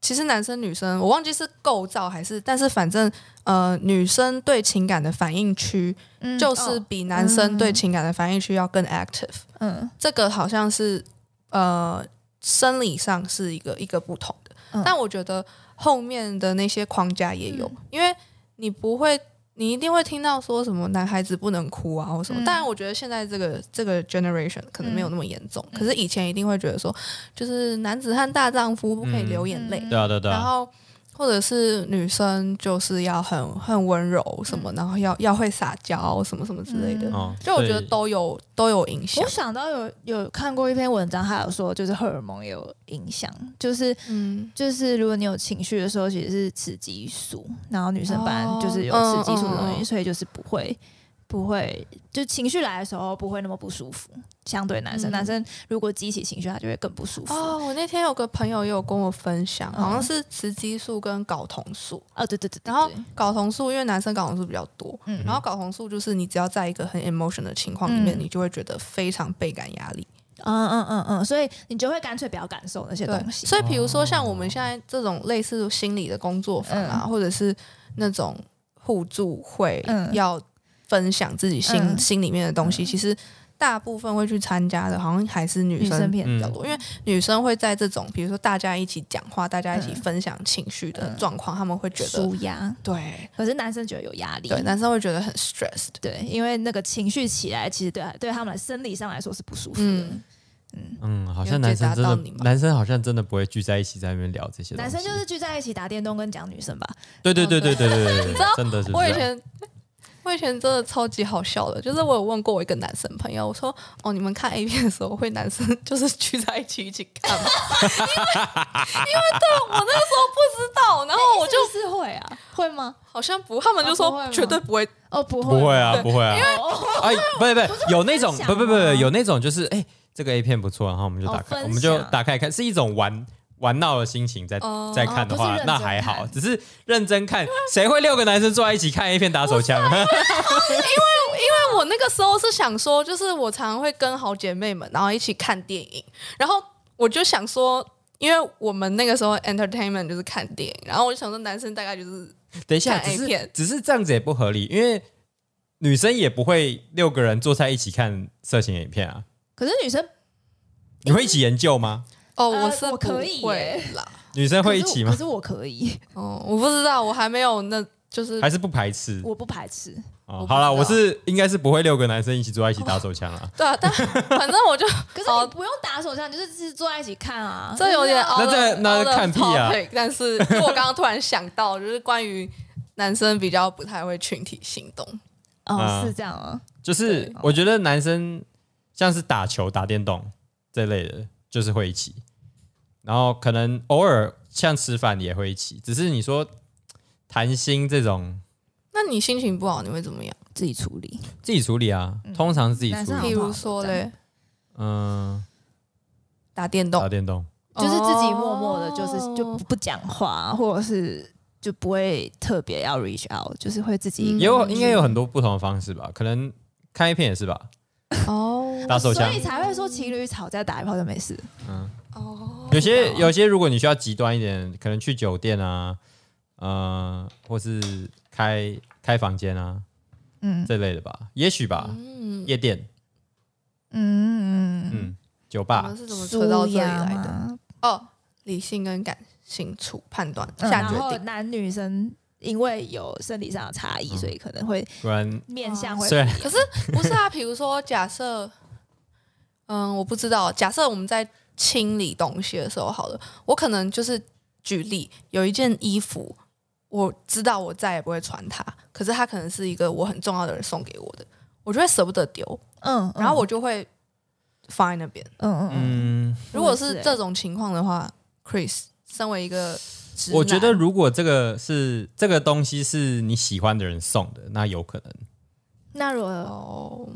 S3: 其实男生女生我忘记是构造还是，但是反正呃，女生对情感的反应区
S1: 嗯
S3: 就是
S1: 哦
S3: 比男生对
S1: 嗯
S3: 情感的反应区要更 active，、
S1: 嗯
S3: 这个好像是呃生理上是一个一个不同的，
S1: 嗯
S3: 但我觉得后面的那些框架也有，因为你不会。你一定会听到说什么男孩子不能哭啊，或什么。
S1: 嗯
S3: 当然，我觉得现在这个这个 generation 可能没有那么严重，
S1: 嗯
S3: 可是以前一定会觉得说，就是男子汉大丈夫不可以
S2: 嗯
S3: 流眼泪，
S1: 嗯
S2: 对啊对啊对
S3: 然
S2: 啊，
S3: 后或者是女生就是要很很温柔什么，然后要要会撒娇什么什么之类的。
S1: 嗯
S2: 哦，
S3: 就我觉得
S2: 所以
S3: 都有都有影响
S1: 我，想到有有看过一篇文章，它有说就是荷尔蒙也有影响，就是
S3: 嗯，
S1: 就是如果你有情绪的时候，其实是雌激素，然后女生本来
S3: 哦
S1: 就是有雌激素的东
S3: 嗯嗯
S1: 西，
S3: 嗯
S1: 所以就是不会不会就情绪来的时候不会那么不舒服。相对男生，
S3: 嗯
S1: 男生如果激起情绪，他就会更不舒服。
S3: 哦，我那天有个朋友也有跟我分享，
S1: 嗯
S3: 好像是雌激素跟睾酮素。
S1: 哦，对对对，对
S3: 然后
S1: 对
S3: 睾酮素，因为男生睾酮素比较多，
S1: 嗯
S3: 然后睾酮素就是你只要在一个很 emotion 的情况里面，
S1: 嗯
S3: 你就会觉得非常倍感压力。
S1: 嗯嗯嗯嗯，所以你就会干脆不要感受那些
S3: 对，
S1: 东西。
S3: 所以比如说像我们现在这种类似心理的工作坊啊，或者是那种互助会，
S1: 嗯
S3: 要分享自己心、
S1: 嗯
S3: 心里面的东西，其实大部分会去参加的，好像还是女
S1: 女
S3: 生
S1: 生偏
S2: 嗯
S3: 比较多，因为女生会在这种比如说大家一起讲话、大家一起分享情绪的
S1: 嗯
S3: 状况，他们会觉得
S1: 舒压，
S3: 对
S1: 可是男生觉得有压力。
S3: 对，男生会觉得很 stressed。
S1: 对，因为那个情绪起来，其实对对他们来生理上来说是不舒服的。
S3: 嗯
S2: 嗯，好
S3: 有
S2: 像男
S3: 解答
S2: 生真
S3: 到你吗
S2: 的，男生好像真的不会聚在一起在那边聊这些东
S1: 男
S2: 西。
S1: 生就是聚在一起打电动跟讲女生吧。
S2: 对对
S3: 哦
S2: 对
S3: 对
S2: 对对对对对
S3: 道，
S2: 真的是这
S3: 我以
S2: 样。
S3: 前。我以前真的超级好笑的，就是我有问过我一个男生朋友，我说：“哦，你们看 A 片的时候会男生 就是聚在一起一起看吗？” 因为因为对我那个时候不知道，然哦后我就是
S1: 会啊，会吗？
S3: 好像不，他们就
S1: 哦不会
S3: 说
S1: 吗
S3: 绝对不会，
S1: 哦，不会，
S2: 不会啊，
S3: 对
S2: 不会啊！
S1: 哦，
S2: 哎，不是不
S1: 不
S2: 是，有那种
S1: 分享
S2: 不不不
S1: 吗
S2: 有那种就是哎，这个 A 片不错，然后我们就
S1: 哦
S2: 打开，
S1: 分
S2: 我们就
S1: 享
S2: 打开看，是一种玩玩闹的心情在
S3: 哦
S2: 在看的
S1: 哦不
S2: 话
S1: 是，认
S2: 那
S1: 真
S2: 还
S1: 看
S2: 好。只是认真看，谁会六个男生坐在一起看 A 片打手枪？
S3: 因为我那个时候是想说，就是我常常会跟好姐妹们，然后一起看电影，然后我就想说，因为我们那个时候 entertainment 就是看电影，然后我就想说，男生大概就是
S2: 等一下，
S3: 看
S2: 只
S3: A 片
S2: 是只是这样子也不合理，因为女生也不会六个人坐在一起看色情影片啊。
S1: 可是女生
S2: 你会一起研究吗？
S3: 哦，
S1: 呃
S3: 我是
S1: 我可以
S3: 不会啦，
S2: 女生会一
S1: 可是
S2: 起
S1: 我
S2: 吗
S1: 可？是我可以，
S3: 哦，我不知道，我还没有那，就是
S2: 还是不排斥？
S1: 我不排斥。
S2: 哦
S3: 我不
S2: 好啦，
S3: 知道
S2: 我是应该是不会六个男生一起坐在一起打手枪
S1: 哦
S2: 啦。
S3: 对啊，但反正 我就
S1: 可是
S3: 哦
S1: 你不用打手枪，你就是只坐在一起看啊。
S3: 这有点哦
S1: 就是
S3: out
S2: 那
S3: of-
S2: 这那
S3: out of
S2: 看屁啊
S3: topic，但是就我刚刚突然想到，就是关于男生比较不太会群体行动，
S1: 哦，
S2: 嗯
S1: 是这样啊。
S2: 就是我觉得男生像是打球、打电动这类的，就是会一起，然后可能偶尔像吃饭也会一起，只是你说谈心这种
S3: 那你心情不好你会怎么样？
S1: 自己处理，
S2: 自己处理啊，通常是自己
S1: 嗯男
S2: 处
S1: 生好
S3: 譬
S2: 理。
S3: 如说嘞，
S2: 嗯，
S3: 打电动
S2: 打，电动。
S1: 就是自己默默的，就是
S3: 哦
S1: 就不不讲话，或者是就不会特别要 reach out，就是会自己一
S2: 也
S3: 嗯
S1: 个
S2: 有
S1: 人
S2: 应该有很多不同的方式吧，可能看一片也是吧，
S3: 哦
S2: 打手
S1: 所
S2: 枪
S1: 以才会说情侣吵架打一炮就没事。
S2: 嗯，
S3: 哦
S2: 有些有些如果你需要极端一点，可能去酒店啊，呃，或是开开房间啊
S1: 嗯
S2: 这类的吧，也许吧，
S3: 嗯，
S2: 夜店，
S1: 嗯啊嗯
S2: 嗯，酒
S3: 我
S2: 吧
S3: 们，是怎么扯到这里来
S1: 舒压
S3: 的？
S1: 嘛
S3: 哦，理性跟感性处判断
S1: 嗯
S3: 下决
S1: 然后
S3: 定，
S1: 男女生因为有生理上的差异，
S2: 嗯
S1: 所以可能会
S2: 不然
S1: 面向会
S2: 虽然
S3: 可是不是啊？比如说，假设，嗯，我不知道。假设我们在清理东西的时候，好了，我可能就是举例，有一件衣服，我知道我再也不会穿它，可是它可能是一个我很重要的人送给我的，我就会舍不得丢，
S1: 嗯，嗯
S3: 然后我就会放在那边。
S1: 嗯嗯嗯，
S2: 嗯，
S3: 欸如果是这种情况的话，Chris，身为一个
S1: 直男
S2: 我觉得如果这个是这个东西是你喜欢的人送的，那有可能。
S1: 那如果呃
S3: 哦，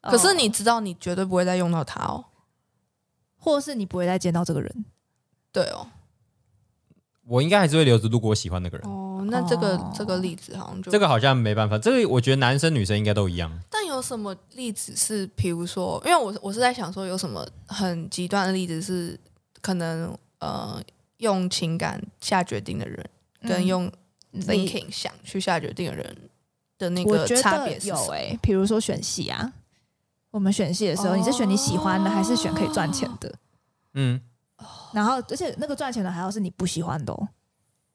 S3: 可是你
S1: 哦
S3: 知道你绝对不会再用到它哦。
S1: 或是你不会再见到这个人，
S3: 对哦，
S2: 我应该还是会留着，如果我喜欢那个人。
S3: 哦，那这个、
S1: 哦
S3: 这个例子好像就
S2: 这个好像没办法，这个我觉得男生女生应该都一样。
S3: 但有什么例子是，比如说，因为我我是在想说，有什么很极端的例子是，可能呃用情感下决定的人，跟
S1: 嗯
S3: 用
S1: 你
S3: thinking 想去下决定的人的那
S1: 我
S3: 个
S1: 觉
S3: 差
S1: 得
S3: 别是
S1: 有
S3: 什么
S1: 哎、比如说选戏啊，我们选戏的
S3: 哦
S1: 时候，你是选你喜欢的，还是选可以赚钱的？
S2: 嗯，
S1: 然
S3: 哦
S1: 后，而且那个赚钱的还要是你不喜欢的、哦。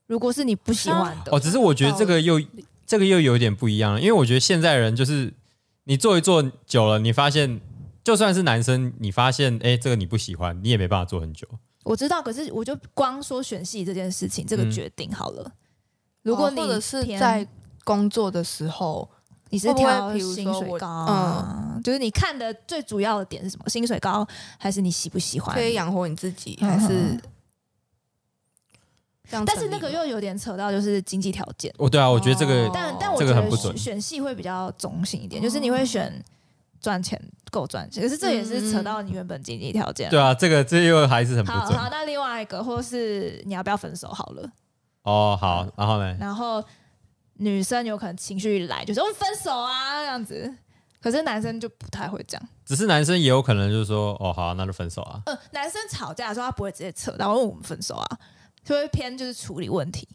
S1: 如果是你不喜欢的，
S2: 哦，只是我觉得这个又这个又有点不一样了，因为我觉得现在人就是你做一做久了，你发现就算是男生，你发现哎这个你不喜欢，你也没办法做很久。
S1: 我知道，可是我就光说选戏这件事情，这个
S2: 嗯
S1: 决定好了。如果你
S3: 哦或者是
S1: 偏
S3: 在工作的时候，
S1: 你是
S3: 会不会
S1: 挑
S3: 比如说
S1: 薪水
S3: 我嗯
S1: 高啊，就是你看的最主要的点是什么？薪水高还是你喜不喜欢？
S3: 可以养活你自己，
S1: 嗯
S3: 还是
S1: 嗯
S3: 这样成立吗？
S1: 但是那个又有点扯到就是经济条件，
S2: 哦，对啊，我觉得这个、
S3: 哦
S1: 但但我
S2: 这
S1: 觉
S2: 个很
S1: 得
S2: 不
S1: 选
S2: 准
S1: 选戏会比较中性一点，就是你会选赚钱够赚钱，可是这也是扯到你原本经济条件。
S2: 对啊，这个这又还是很不
S1: 好
S2: 准
S1: 好，。那另外一个，或是你要不要分手好了？
S2: 哦，好，然后呢？
S1: 然后女生有可能情绪一来就是我们分手啊这样子，可是男生就不太会这样。
S2: 只是男生也有可能就是说，哦，好啊、那就分手啊。
S1: 呃，男生吵架的时候他不会直接扯到问我们分手啊，就会偏就是处理问题。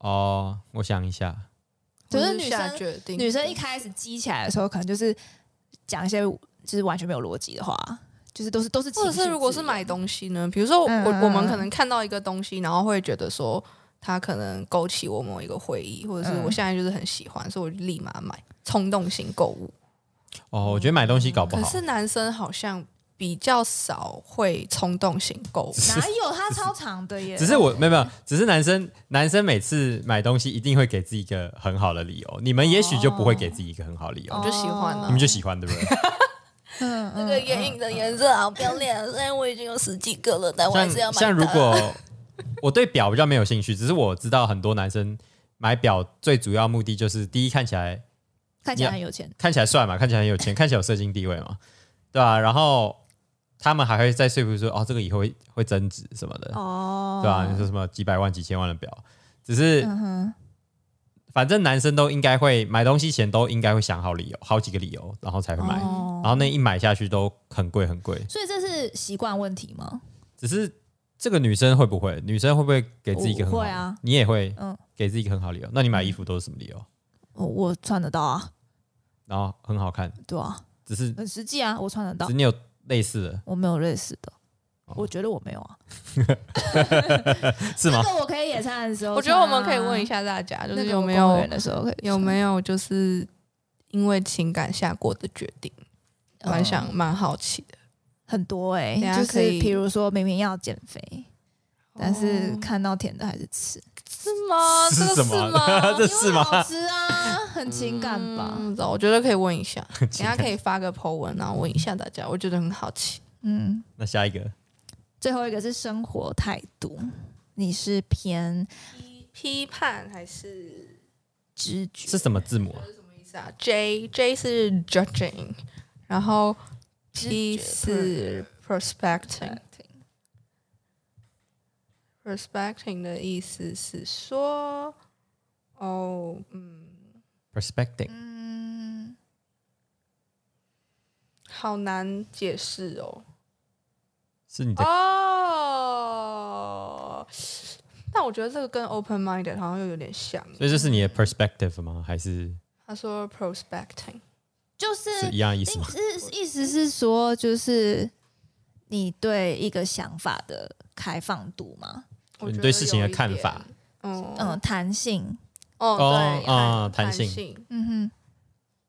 S2: 哦，我想一下，
S1: 可
S3: 或
S1: 是
S3: 是
S1: 女
S3: 下
S1: 生
S3: 决定，
S1: 女生一开始激起来的时候，可能就是讲一些就是完全没有逻辑的话，就是都是都是情
S3: 或
S1: 绪
S3: 者
S1: 字眼，
S3: 是如果是买东西呢？比如说我、
S1: 嗯嗯
S3: 我们
S1: 嗯
S3: 可能看到一个东西，然后会觉得说它可能勾起我某一个回忆，或者是
S1: 嗯
S3: 我现在就是很喜欢，所以我就立马买，冲动型购物。
S2: 哦，我觉得买东西搞不
S3: 嗯可
S2: 好，
S3: 是男生好像比较少会冲动型购物，
S1: 哪有他超长的耶？
S2: 只是我没有没有，只是男生男生每次买东西一定会给自己一个很好的理由，你们也许就不会给自己一个很好的理由，
S3: 我就喜欢
S2: 你
S3: 了
S2: 们。就喜欢对不对？
S1: 嗯
S4: 这个眼影的颜色好漂亮，虽然我已经有十几个了，但我还是要
S2: 像
S4: 买
S2: 像如
S4: 它
S2: 果我对表比较没有兴趣，只是我知道很多男生买表最主要目的就是第一看起来
S1: 看起来很有钱，
S2: 看起来帅嘛，看起来很有钱，看起来有社经地位嘛，对吧、然后他们还会再说服说哦，这个以后会会增值什么的，
S1: 哦
S2: 对吧、你说什么几百万、几千万的表，只是、
S1: 嗯哼，
S2: 反正男生都应该会买东西前都应该会想好理由，好几个理由，然后才会买。
S1: 哦
S2: 然后那一买下去都很贵很贵，
S1: 所以这是习惯问题吗？
S2: 只是这个女生会不会？女生会不会给自己一个很好？
S1: 我会啊
S2: 你也会，
S1: 嗯
S2: 给自己一个很好理由。那你买衣服都是什么理
S3: 嗯
S2: 由？
S1: 我我穿得到啊，
S2: 然后很好看，
S1: 对啊，
S2: 只是
S1: 很实际啊，我穿得
S2: 只
S1: 到
S2: 是，你有类似的
S1: 我没有类似的
S2: 哦。
S1: 我觉得我没有啊，
S2: 是吗
S1: 这？个我可以野餐的时候、啊
S3: 我觉得我们可以问一，下大家，就
S1: 哦那
S3: 是
S1: 个
S3: 有没
S1: 我公
S3: 有
S1: 园的时候可以穿，
S3: 有没有就是因为情感下过的决定，蛮想蛮好奇的。
S1: 嗯很多哎、
S3: 等下
S1: 就
S3: 可
S1: 是
S3: 以
S1: 比如说明明要减肥，但是
S3: 哦
S1: 看到甜的还是吃，
S3: 是吗？
S2: 是
S3: 啊 这个
S2: 什
S3: 是
S2: 么
S3: 吗？
S2: 这 是吗
S1: 因为好吃啊，很情感吧。
S3: 嗯我觉得可以问一 下，等
S2: 情
S3: 下
S2: 感
S3: 可以发个 po 文，然后问一下大家，我觉得很好奇。
S1: 嗯，
S2: 那下一个
S1: 最后一个是生活态度，你是偏
S3: 批判还是
S1: 直觉
S2: 是什么字母啊？
S3: 是啊？J J 是 judging，然后 P
S1: 知觉
S3: 是 prospecting，prospecting 的意思是说，哦，嗯，
S2: perspective，
S1: 嗯，
S3: 好难解释哦。
S2: 是你的
S3: 哦，但我觉得这个跟 open minded 好像又有点像。
S2: 所以这是你的 perspective 吗？还是
S3: 他说 prospecting，
S1: 就是
S2: 是一样意思吗？
S1: 是意思是说，就是你对一个想法的开放度嘛，
S3: 我
S2: 你
S3: 觉
S2: 对
S3: 得
S2: 事情的
S3: 有一
S2: 看
S3: 点
S2: 法，
S3: 嗯
S1: 嗯，弹性，
S3: 哦
S2: 哦
S3: 对，
S2: 啊弹
S3: 弹弹
S2: 性
S3: 性，
S1: 嗯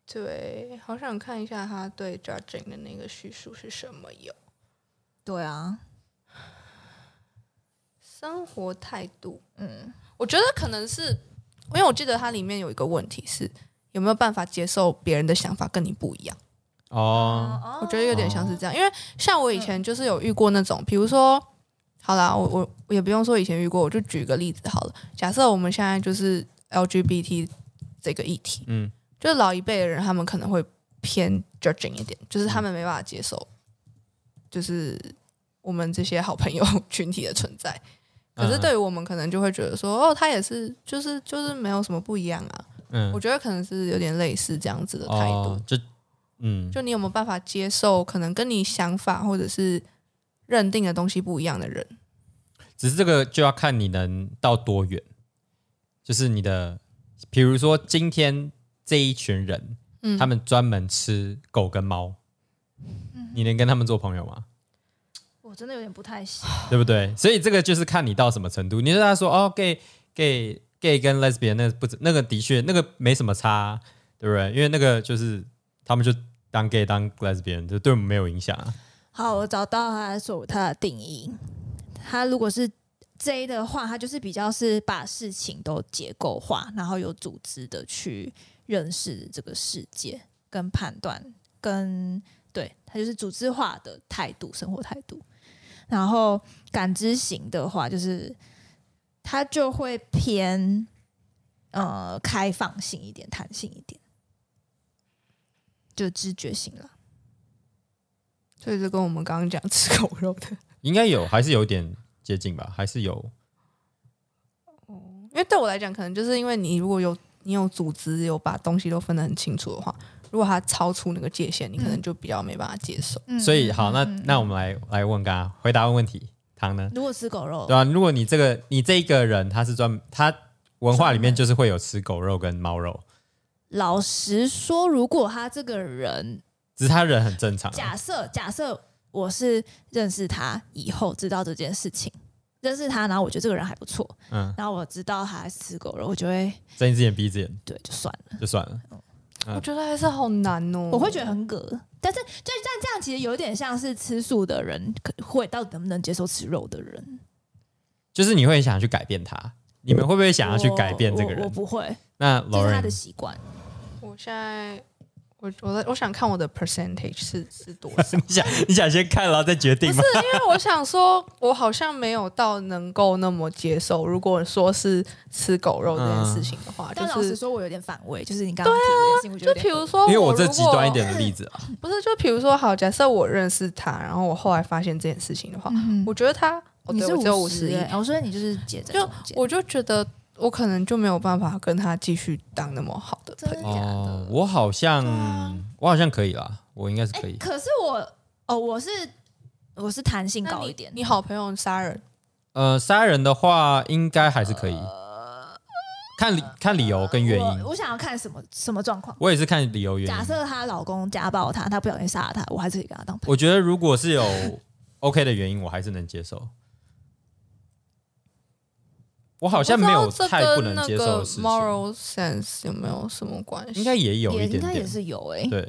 S3: 对，好想看一下他对 judging 的那个叙述是什么有
S1: 哼，对啊，
S3: 生活态度，
S1: 嗯，
S3: 我觉得可能是因为我记得它里面有一个问题是有没有办法接受别人的想法跟你不一样。
S2: 哦，
S1: 哦
S2: 嗯
S3: 我觉得有点像是这样，因为像我以前就是有遇过那种，比如说好啦，我我我也不用说以前遇过，我就举个例子好了。假设我们现在就是 LGBT 这个议题，
S2: 嗯，
S3: 就是老一辈的人他们可能会偏 judging 一点，就是他们没办法接受，就是我们这些好朋友 群体的存在。可是
S2: 嗯
S3: 对于我们，可能就会觉得说，哦，他也是，就是就是没有什么不一样啊。
S2: 嗯，
S3: 我觉得可能是有点类似这样子的态度。
S2: 哦，就嗯，
S3: 就你有没有办法接受可能跟你想法或者是认定的东西不一样的人？
S2: 只是这个就要看你能到多远，就是你的，比如说今天这一群人，
S3: 嗯
S2: 他们专门吃狗跟猫，你能跟他们做朋友吗？
S1: 我真的有点不太行。
S2: 对不对？所以这个就是看你到什么程度。你就跟他说哦，gay gay gay 跟 lesbian 那个不那个的确那个没什么差啊，对不对？因为那个就是他们就当 gay 当 lesbian，就对我们没有影响啊。
S1: 好，我找到他所他的定义。他如果是 J 的话，他就是比较是把事情都结构化，然后有组织的去认识这个世界，跟判断，跟对他就是组织化的态度，生活态度。然后感知型的话，就是他就会偏呃开放性一点，弹性一点，就知觉型了。
S3: 所以就跟我们刚刚讲吃狗肉的，
S2: 应该有，还是有点接近吧，还是有。
S3: 因为对我来讲，可能就是因为你如果有你有组织，有把东西都分得很清楚的话，如果它超出那个界限，你可能就比较没办法接受。
S1: 嗯
S2: 所以
S1: 嗯
S2: 好，那
S1: 嗯嗯
S2: 那我们来来问刚刚回答问问题，唐呢？
S1: 如果吃狗肉
S2: 对，啊，如果你这个你这一个人他是专他文化里面就是会有吃狗肉跟猫肉，
S1: 老实说，如果他这个人，
S2: 只是他人很正常啊、
S1: 假设假设我是认识他以后知道这件事情，认识他，然后我觉得这个人还不错，
S2: 嗯，
S1: 然后我知道他吃狗肉，我就会
S2: 睁一只眼闭一只眼
S1: 对就算了，
S2: 就算了。嗯
S3: 我觉得还是好难哦，
S1: 我会觉得很恶。但是就像这样，其实有点像是吃素的人可会到底能不能接受吃肉的人，
S2: 就是你会想要去改变他，你们会不会想要去改变这个
S1: 我我我
S2: 人？
S1: 不会，
S2: 那
S1: 这是他的
S2: Lauren
S1: 习惯。
S3: 我现在。我我在我想看我的 percentage 是是多少？
S2: 你想 你想先看，然后再决定吗？
S3: 因为我想说，我好像没有到能够那么接受。如果说是吃狗肉这件事情的话，
S1: 但老
S3: 就
S1: 实
S3: 是
S1: 说，我有点反胃，就是你刚刚提的事情，我觉得有
S3: 啊就比
S1: 点恶
S3: 如说，
S2: 因为
S3: 我
S2: 我这
S3: 如
S2: 极
S3: 果
S2: 端一点的例子啊，
S3: 不是，就比如说，好，假设我认识他，然后我后来发现这件事情的话，
S1: 嗯
S3: 我觉得他，哦、
S1: 你
S3: 对
S1: 是
S3: 我只有
S1: 五
S3: 十
S1: 十
S3: 一，
S1: 欸，我说你就是姐在
S3: 就
S1: 中间
S3: 我就觉得我可能就没有办法跟他继续当那么好的
S1: 真
S3: 朋
S1: 的
S3: 友。
S1: 假的
S2: 哦，？我好像、
S1: 啊
S2: 我好像可以啦，我应该是
S1: 哎、
S2: 可以。
S1: 可是我哦，我是我是弹性
S3: 那
S1: 高
S3: 你
S1: 一点。
S3: 你好朋友杀人，
S2: 呃，杀人的话应该还是可以，看理看理由跟原因。
S1: 我我想要看什么什么状况。
S2: 我也是看理由原
S1: 呃假
S2: 因。
S1: 设她老公家暴她，她不小心杀了她，我还是可以跟她当朋友。
S2: 我觉得如果是有 OK 的原因，我还是能接受。我好
S3: 好
S2: 像没有
S3: 这
S2: 太不
S3: 跟
S2: 能
S3: 那
S2: 接受
S3: 个
S2: 的事情，
S3: moral sense 有没有什么关系？
S2: 应该也有
S1: 也
S2: 一
S1: 应
S2: 点
S1: 该也
S2: 点。
S1: 是有哎、
S2: 对，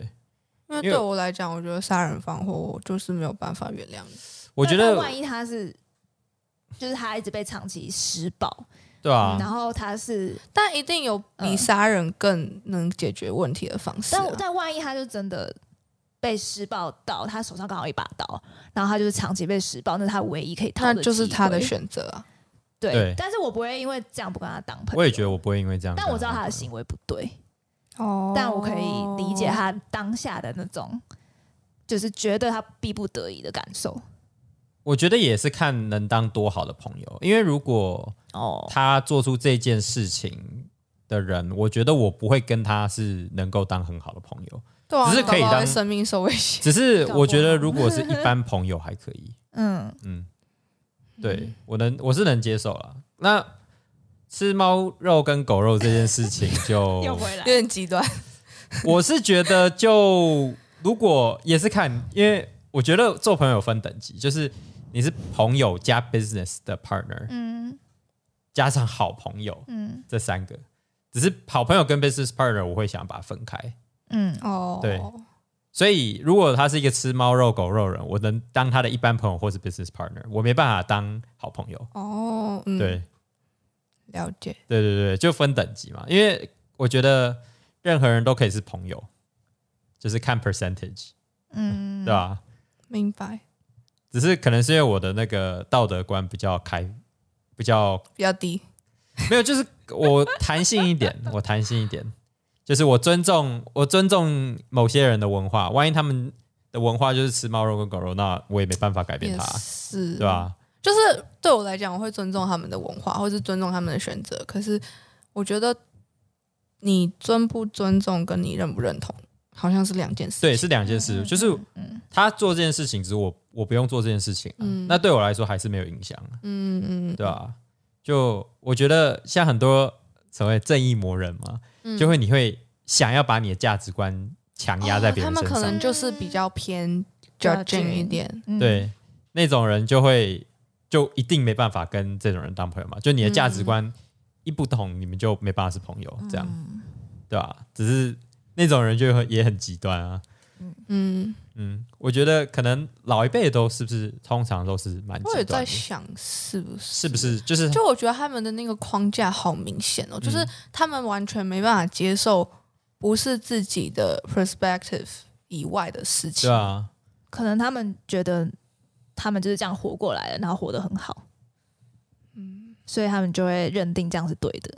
S3: 因
S2: 因
S3: 为
S2: 为
S3: 对我来讲，我觉得杀人放火，我就是没有办法原谅你。
S2: 我觉得
S1: 那万一她是，就是她一直被长期施暴，
S2: 对啊，
S1: 然后她是，
S3: 但一定有比
S1: 嗯
S3: 杀人更能解决问题的方式、啊
S1: 但但万一她就真的被施暴到，她手上刚好一把刀，然后她就是长期被施暴，那是她唯一可以逃
S3: 那
S1: 的
S3: 就是
S1: 机
S3: 他的
S1: 会
S3: 选择啊。
S1: 对。
S2: 对
S1: 但是我不会因为这样不跟她当朋友。
S2: 我也觉得我不会因为这样跟
S1: 但
S2: 他
S1: 我
S2: 们
S1: 知
S2: 分
S1: 道
S2: 手。
S1: 她的行为不对。
S3: 哦
S1: 但我可以理解他当下的那种，就是觉得他逼不得已的感受。
S2: 我觉得也是看能当多好的朋友，因为如果
S1: 哦，
S2: 他做出这件事情的人，我觉得我不会跟他是能够当很好的朋 友。
S3: 对啊，
S2: 只是可以
S3: 搞不好
S2: 当
S3: 会生命受威胁。
S2: 只是
S1: 搞不好
S2: 我觉得如果是一般朋友还可以，
S1: 嗯，
S2: 嗯，对我能我是能接受了。那吃猫肉跟狗肉这件事情 就，
S1: 来
S3: 有点极端，
S2: 我是觉得就如果也是看，因为我觉得做朋友分等级，就是你是朋友加 business 的 partner，
S1: 嗯
S2: 加上好朋友
S1: 嗯
S2: 这三个，只是好朋友跟 business partner 我会想把它分开。
S1: 嗯，
S3: 哦，
S2: 对所以如果他是一个吃猫肉狗肉人，我能当他的一般朋友或是 business partner，我没办法当好朋友。
S3: 哦，嗯，
S2: 对、
S3: 了解。
S2: 对对对，就分等级嘛，因为我觉得任何人都可以是朋友，就是看 percentage，
S1: 嗯
S2: 对吧？
S3: 明白。
S2: 只是可能是因为我的那个道德观比较开，比较
S3: 比较低。
S2: 没有，就是我弹性一点，我弹性一点，就是我尊重我尊重某些人的文化，万一他们的文化就是吃猫肉跟狗肉，那我也没办法改变
S3: 也
S2: 它，
S3: 是，
S2: 对吧？
S3: 就是对我来讲，我会尊重他们的文化，或是尊重他们的选择。可是我觉得，你尊不尊重跟你认不认同，好像是两件事。
S2: 对，是两件
S3: 嗯
S2: 事，就是他做这件事情，只是我我不用做这件事情啊、
S3: 嗯
S2: 那对我来说还是没有影响啊，
S3: 嗯嗯，
S2: 对吧、就我觉得像很多成为正义魔人嘛，
S3: 嗯
S2: 就会你会想要把你的价值观强压在别人
S3: 哦他
S2: 身
S3: 们可
S2: 上，
S3: 能就是比较偏
S1: Judging
S3: judging 一点。
S1: 嗯，
S2: 对那种人就会就一定没办法跟这种人当朋友嘛，就你的价值观一不同，你们就没办法是朋友，这样、
S1: 嗯
S2: 对吧、只是那种人就会也很极端啊，
S3: 嗯，
S2: 嗯，我觉得可能老一辈都是不是通常都是蛮
S3: 我也
S2: 极端
S3: 在
S2: 的，
S3: 想是不是
S2: 是不是？就是
S3: 就我觉得他们的那个框架好明显
S2: 嗯
S3: 哦，就是他们完全没办法接受不是自己的 perspective 以外的事情。
S2: 对啊，
S1: 可能他们觉得他们就是这样活过来的，然后活得很好，
S3: 嗯，
S1: 所以他们就会认定这样是对的。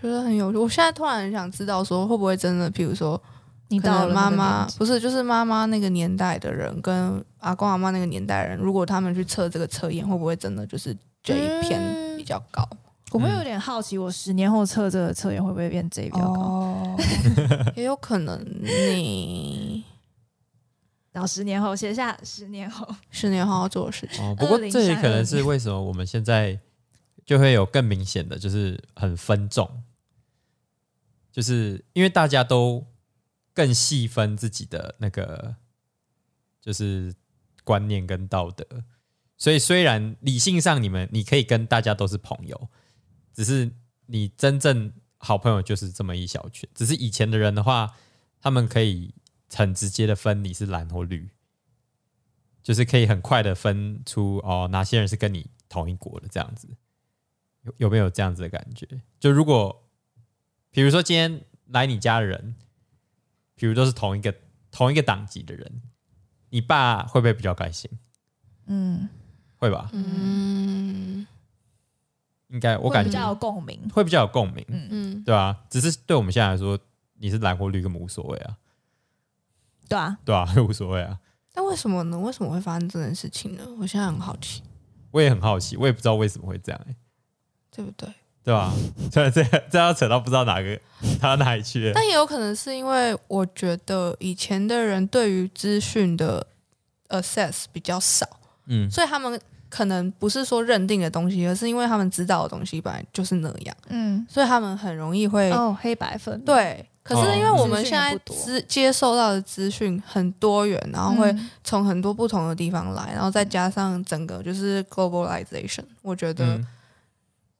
S3: 觉得很有趣。我现在突然很想知道，说会不会真的，譬如说，
S1: 你
S3: 可
S1: 到
S3: 能
S1: 了
S3: 妈
S1: 那个
S3: 妈
S1: 年纪
S3: 不是，就是妈妈那个年代的人跟阿公阿妈那个年代的人，如果他们去测这个测验，会不会真的就是这一篇
S1: 嗯
S3: 比较高？
S1: 我会有点好奇，我十年后测这个测验会不会变 J 比较高？
S3: 哦，也有可能你
S1: 然后十年后写下十年后，
S3: 十年后要做的事情。
S2: 哦，不过这也可能是
S1: 2032
S2: 为什么我们现在就会有更明显的，就是很分众，就是因为大家都更细分自己的那个就是观念跟道德，所以虽然理性上你们你可以跟大家都是朋友，只是你真正好朋友就是这么一小群。只是以前的人的话，他们可以很直接的分你是蓝或绿。就是可以很快的分出哦，哪些人是跟你同一国的这样子，有有没有这样子的感觉？就如果比如说今天来你家的人，比如都是同一个同一个党籍的人，你爸会不会比较开心？
S1: 嗯，
S2: 会吧？
S3: 嗯
S2: 应该我
S1: 我
S2: 感
S1: 比
S2: 觉
S1: 较有共鸣。
S2: 会比较有共鸣，
S1: 嗯，
S3: 嗯，
S2: 对啊，只是对我们现在来说，你是蓝或绿根本无所谓啊，
S1: 对啊，
S2: 对啊， 无所谓啊。
S3: 但为什么呢？为什么会发生这件事情呢？我现在很好奇，
S2: 我也很好奇，我也不知道为什么会这样、欸，
S3: 对不对？
S2: 对吧、 虽然这这要扯到不知道哪个扯到哪里去了，
S3: 但也有可能是因为我觉得以前的人对于资讯的 access 比较少，
S2: 嗯，
S3: 所以他们可能不是说认定的东西，而是因为他们知道的东西本来就是那样，
S1: 嗯，
S3: 所以他们很容易会、
S1: 哦，黑白分，
S3: 对。可是因为
S2: 哦
S3: 我们
S1: 资讯
S3: 现在
S1: 也不多
S3: 资接受到的资讯很多元，然后
S1: 嗯，
S3: 会从很多不同的地方来，然后再加上整个就是 globalization，我觉得、
S2: 嗯、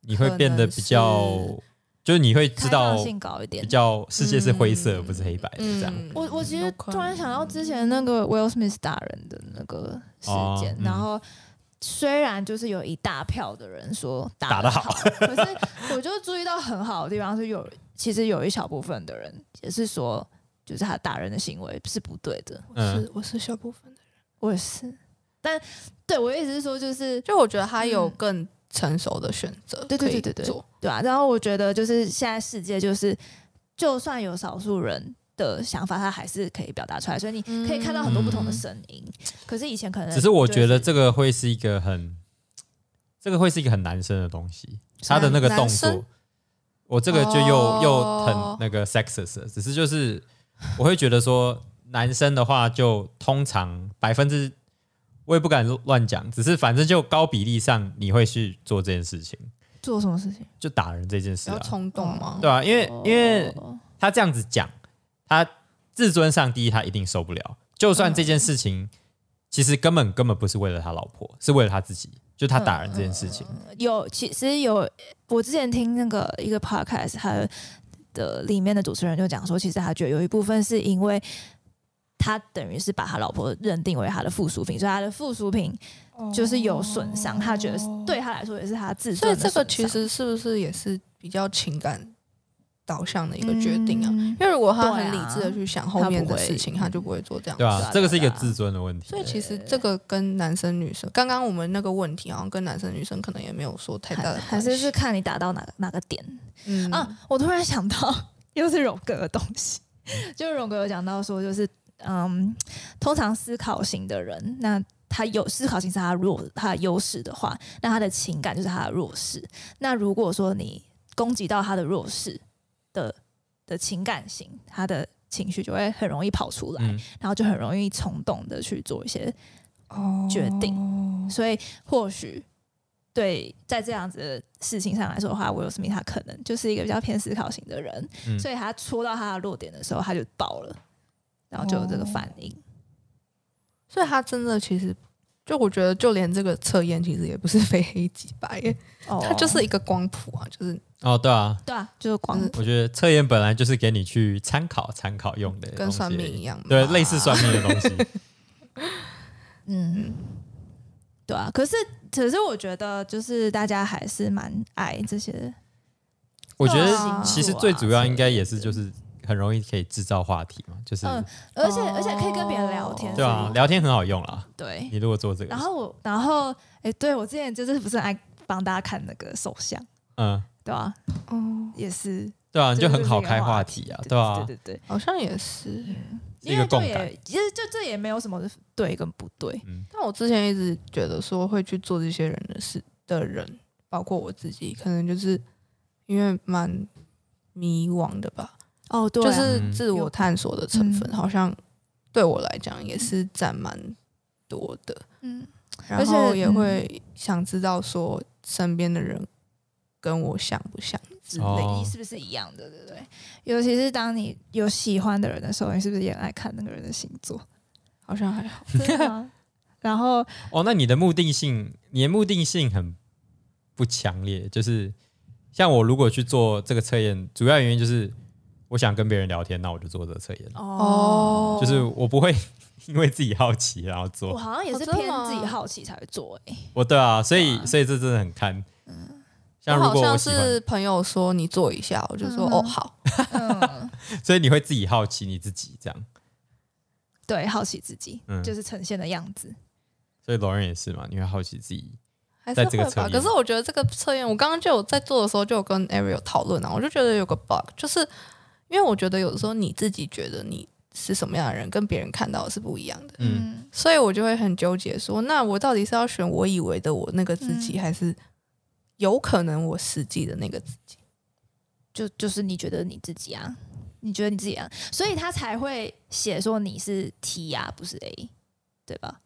S2: 你会
S3: 可
S2: 变得
S3: 能
S2: 比较
S3: 是，
S2: 就是你会知
S1: 开
S2: 道
S1: 放性高一点
S2: 比。较世界是灰色、
S3: 嗯
S2: 不是黑白的这样。
S3: 嗯
S1: 我我其
S3: 有
S1: 实
S3: 可
S1: 突然
S3: 能
S1: 想到之前那个 Will Smith 打人的那个事件
S2: 哦，嗯
S1: 然后虽然就是有一大票的人说打得
S2: 打得好，
S1: 可是我就注意到很好的地方是有，其实有一小部分的人也是说，就是他打人的行为是不对的。
S3: 我
S2: 嗯
S3: 是我是小部分的人，
S1: 我也是，但对我的意思是说，就是
S3: 就我觉得他有
S1: 嗯
S3: 更成熟的选择，
S1: 对对对对对
S3: 做，
S1: 对啊。然后我觉得就是现在世界就是，就算有少数人的想法，他还是可以表达出来，所以你可以看到很多不
S3: 嗯
S1: 同的声音。可是以前可能
S2: 只是我
S1: 就
S2: 觉得这个会是一个很，这个会是一个很男生的东西，他的
S3: 男
S2: 那个
S3: 男
S2: 动
S3: 生
S2: 作，我这个就又、又很
S3: 哦
S2: 那个 sexist，了只是就是我会觉得说男生的话就通常百分之。我也不敢乱讲，只是反正就高比例上你会去做这件事情，
S1: 做什么事情，
S2: 就打人这件事
S3: 比较
S2: 啊，
S3: 冲动嘛。
S2: 对啊，因为因为
S1: 哦
S2: 他这样子讲，他自尊上第一，他一定受不了。就算这件事情，其实根本根本不是为了他老婆，是为了他自己，就他打人这件事情。
S1: 有其实有，我之前听那个一个 podcast，他的里面的主持人就讲说，其实他觉得有一部分是因为。他等于是把他老婆认定为他的附属品，所以他的附属品
S3: 哦
S1: 就是有损伤，他觉得是对他来说也是他自
S3: 所
S1: 尊
S3: 以
S1: 的
S3: 这
S1: 损伤。
S3: 个其实是不是也是比较情感导向的一个决定啊。
S1: 嗯
S3: 因为如果他
S1: 对
S3: 很
S1: 啊
S3: 理智的去想后面的事情，
S1: 他不会
S3: 他就不会做这样。
S2: 对吧、
S1: 是啊
S2: 这个是一个
S1: 对啊
S2: 自尊的问题
S3: 所。以其实这个跟男生女生，刚刚我们那个问题好像跟男生女生可能也没有说太大
S1: 还
S3: 的
S1: 还是是看你打到哪个哪个点、
S3: 嗯
S1: 啊！我突然想到， 又是荣格的东西， 就是荣格有讲到说，就是嗯，通常思考型的人，那他有思考型是他的弱他的优势的话，那他的情感就是他的弱势。那如果说你攻击到他的弱势的的情感型，他的情绪就会很容易跑出来，
S2: 嗯，
S1: 然后就很容易冲动的去做一些
S3: 哦
S1: 决定所以或许对在这样子的事情上来说的话，威尔史密他可能就是一个比较偏思考型的人，
S2: 嗯
S1: 所以他戳到他的弱点的时候，他就爆了，然后就有这个反应。
S3: 所以他真的其实，就我觉得，就连这个测验其实也不是 非黑即白耶，
S1: 哦
S3: 它就是一个光谱啊，就是
S2: 哦，对啊，
S1: 对啊，就是光谱。
S2: 我觉得测验本来就是给你去参考参考用的，
S3: 跟算命一。样嘛，
S2: 对，类似算命的东西，
S1: 嗯，对啊。可是，可是我觉得就是大家还是蛮爱这些，
S2: 我觉
S3: 对啊
S2: 得其实最主要应该也是就是很容易可以制造话题嘛，就是、
S1: 嗯而且、
S3: 哦
S1: 而且可以跟别人聊天，
S2: 对啊，聊天很好用啦。
S1: 对
S2: 你如果做这个，
S1: 然后我，然后，哎，对我之前就是不是很爱帮大家看那个手相，
S2: 嗯，
S1: 对啊，
S3: 哦，
S1: 也是
S2: 对啊，
S1: 这
S2: 你
S1: 就
S2: 就很
S1: 是
S2: 好
S1: 一个
S2: 开
S1: 话
S2: 话
S1: 题
S2: 题啊，
S1: 对
S2: 对啊，
S1: 对对对，
S3: 好像也是。
S2: 一
S1: 因
S2: 个
S1: 为就
S2: 共感
S1: 也其实就这也没有什么对跟不对，
S2: 嗯，
S3: 但我之前一直觉得说会去做这些人的事的人，包括我自己，可能就是因为蛮迷惘的吧，
S1: 哦，对
S3: 就
S1: 就是
S2: 嗯
S3: 自我探索的成分，
S1: 嗯
S3: 好像对我来讲也是占蛮多的。
S1: 嗯，
S3: 然
S1: 而且嗯
S3: 后也会想知道说身边的人跟我像不像之类的。
S2: 哦
S1: 是不是一样的，对不对？尤其是当你有喜欢的人的时候，你是不是也很爱看那个人的星座？
S3: 好像还好，
S1: 真的吗 然后
S2: 哦，那你的目的性，你的目的性很不强烈，就是像我如果去做这个测验，主要原因就是我想跟别人聊天，那我就做这个测验，
S3: 哦
S2: 就是我不会 因为自己好奇然后
S1: 我
S2: 做，
S1: 好像也是
S3: 哦真的
S1: 偏
S3: 吗
S1: 自己好奇才会做、欸，
S2: 我对啊，所以
S1: 对啊
S2: 所以这真的很看，像
S3: 嗯我
S2: 如
S3: 好
S2: 果
S3: 像
S2: 我喜欢，
S3: 是朋友说你做一下，我就说、
S1: 嗯
S3: 哦好，
S1: 嗯，
S2: 所以你会自己好奇你自己这样，
S1: 对，好奇自己、
S2: 嗯
S1: 就是呈现的样子，
S2: 所以老人也是嘛，你会好奇自己，
S3: 还是
S2: 在这个
S3: 会
S2: 测
S3: 吧。
S2: 验
S3: 可是我觉得这个测验，我刚刚就有在做的时候就有跟 Ariel 讨论啊，我就觉得有个 bug，就是因为我觉得有的时候你自己觉得你是什么样的人，跟别人看到的是不一样的，
S2: 嗯，
S3: 所以我就会很纠结说那我到底是要选我以为的我那个自己，
S1: 嗯
S3: 还是有可能我实际的那个自己？
S1: 就就是你觉得你自己啊，你觉得你自己啊，所以他才会写说你是 T 啊，不是 A，对吧？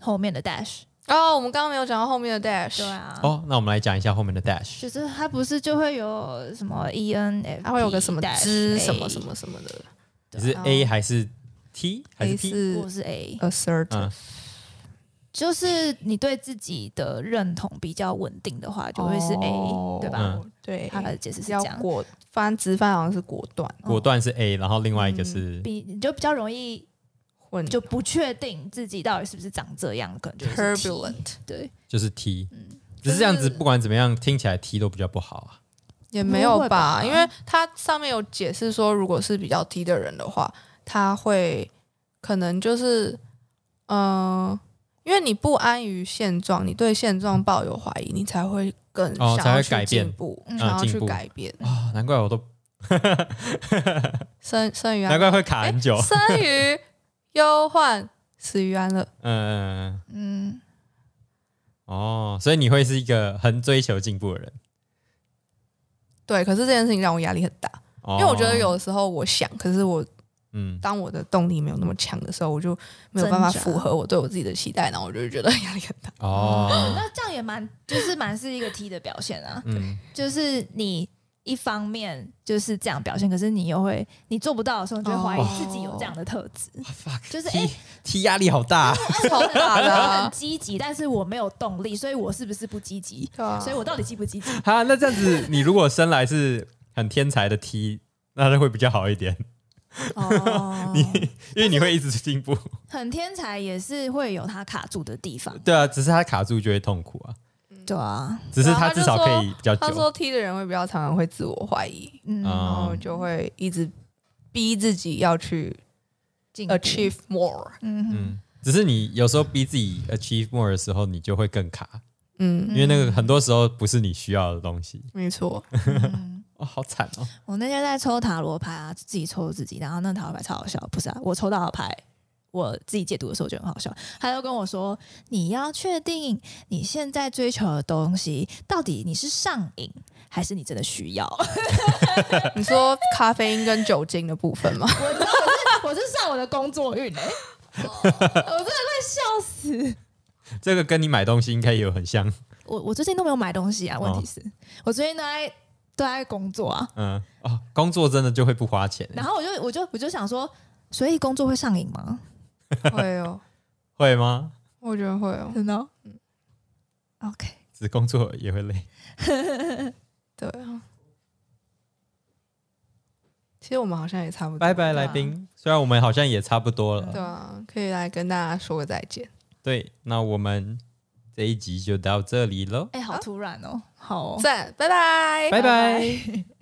S1: 后面的 dash，
S3: 哦，我们刚刚没有讲到后面的 dash，
S1: 对啊，
S2: 哦，那我们来讲一下后面的 dash，
S1: 就是他不是就会有什么 E N F，
S3: 它会有个什么之什么什，么什么的，
S2: 你是
S3: 对啊
S2: A 还是 T 还是
S3: A
S2: P？
S3: 是
S1: 我是 A，
S3: assert，
S2: 嗯
S1: 就是你对自己的认同比较稳定的话，就会是 A，、对
S3: 哦
S1: 吧？
S2: 嗯？
S3: 对，
S1: 他的解释是
S3: 要
S1: 这样，
S3: 果翻直翻好像是果断哦
S2: 果断是 A，然后另
S3: 嗯
S2: 外一个是
S1: 比你就比较容易
S3: 混
S1: 就不确定自己到底是不是长这样，可能就是 T
S3: turbulent
S1: 对，
S2: 就是 T，
S1: 嗯
S2: 只是这样
S3: 就
S2: 子，
S3: 是
S2: 不管怎么样，听起来 T 都比较不好啊。
S3: 也没有
S1: 不会
S3: 吧？
S1: 吧
S3: 因为它上面有解释说，如果是比较低的人的话，他会可能就是嗯、呃因为你不安于现状，你对现状抱有怀疑，你才会更
S2: 哦
S3: 想
S2: 才
S3: 要
S2: 会
S3: 去
S2: 改变
S3: 进步，
S1: 嗯
S3: 想
S2: 啊
S3: 要
S2: 进
S3: 去
S2: 步
S3: 改变。
S2: 啊，难怪我都
S3: 生生于安
S2: 难怪会卡
S3: 哎
S2: 很久。
S3: 生于忧患，死于安乐。
S2: 嗯，嗯嗯
S1: 嗯，
S2: 哦，所以你会是一个很追求进步的人，
S3: 对，可是这件事情让我压力很大，
S2: 因
S3: 因为我觉得有的时候我想，可是我
S2: 哦嗯，
S3: 当我的动力没有那么强的时候，我就没有办法
S1: 挣扎
S3: 符合我对我自己的期待，然后我就会觉得压力很大。
S2: 哦，
S1: 那这样也蛮就是蛮是一个 T 的表现啊，
S2: 嗯，
S1: 就是你一方面就是这样表现，可是你又会你做不到的时候，你就会怀
S2: 哦
S1: 疑自己有这样的特质，
S2: 哇 fuck，
S1: 就是
S2: T
S1: 哎
S2: T 压力好大，啊
S3: 超大的
S1: 我
S3: 啊
S1: 很积极，但是我没有动力，所以我是不是不积极？
S3: 对啊
S1: 所以我到底积不积极？
S2: 哈，那这样子，你如果生来是很天才的 T，那就会比较好一 点，
S1: 哦，
S2: 因为你会一直进步。
S1: 很天才也是会有他卡住的地方，
S2: 对啊，只是他卡住就会痛苦啊。
S1: 对啊，
S2: 只是
S3: 然
S2: 他
S3: 后他
S2: 至
S3: 就
S2: 少可
S3: 说
S2: 以比较
S3: 他
S2: 久
S3: 说 T 的人会比较常常会自我怀疑，
S1: 嗯，
S2: 啊
S3: 然后就会一直逼自己要去
S1: 进步
S3: achieve more。
S1: 嗯嗯
S2: 嗯，只是你有时候逼自己 achieve more 的时候，你就会更卡，
S3: 嗯，
S2: 因为那个很多时候不是你需要的东西。
S3: 没错，
S1: 嗯
S2: 哦，好惨哦！
S1: 我那天在抽塔罗牌啊，自己抽自己，然后那塔罗牌超好笑，不是啊，我抽到的牌，我自己解读的时候觉得很好笑。他就跟我说，你要确定你现在追求的东西，到底你是上瘾还是你真的需要？
S3: 你说咖啡因跟酒精的部分吗？
S1: 我知道我是我是上我的工作运哎、我真的快笑死！
S2: 这个跟你买东西应该也有很像，
S1: 我我最近都没有买东西啊，问题是，我最近都在都在工作啊，
S2: 嗯，哦，工作真的就会不花钱欸，
S1: 然后我就我就我就想说，所以工作会上瘾吗？
S3: 会哦，
S2: 会吗？
S3: 我觉得会哦。
S1: 真的哦、o k
S2: 只工作也会累，
S3: 对啊，其实我们好像也差不多。
S2: 拜
S1: 对
S2: 拜，
S1: 啊
S2: 来宾。虽然我们好像也差不多
S3: 对
S2: 了，
S3: 啊，可以来跟大家说个再见。
S2: 对，那我们这一集就到这里喽，
S1: 啊哎、好突然哦，好哦
S3: 赞，拜拜，
S2: 拜拜。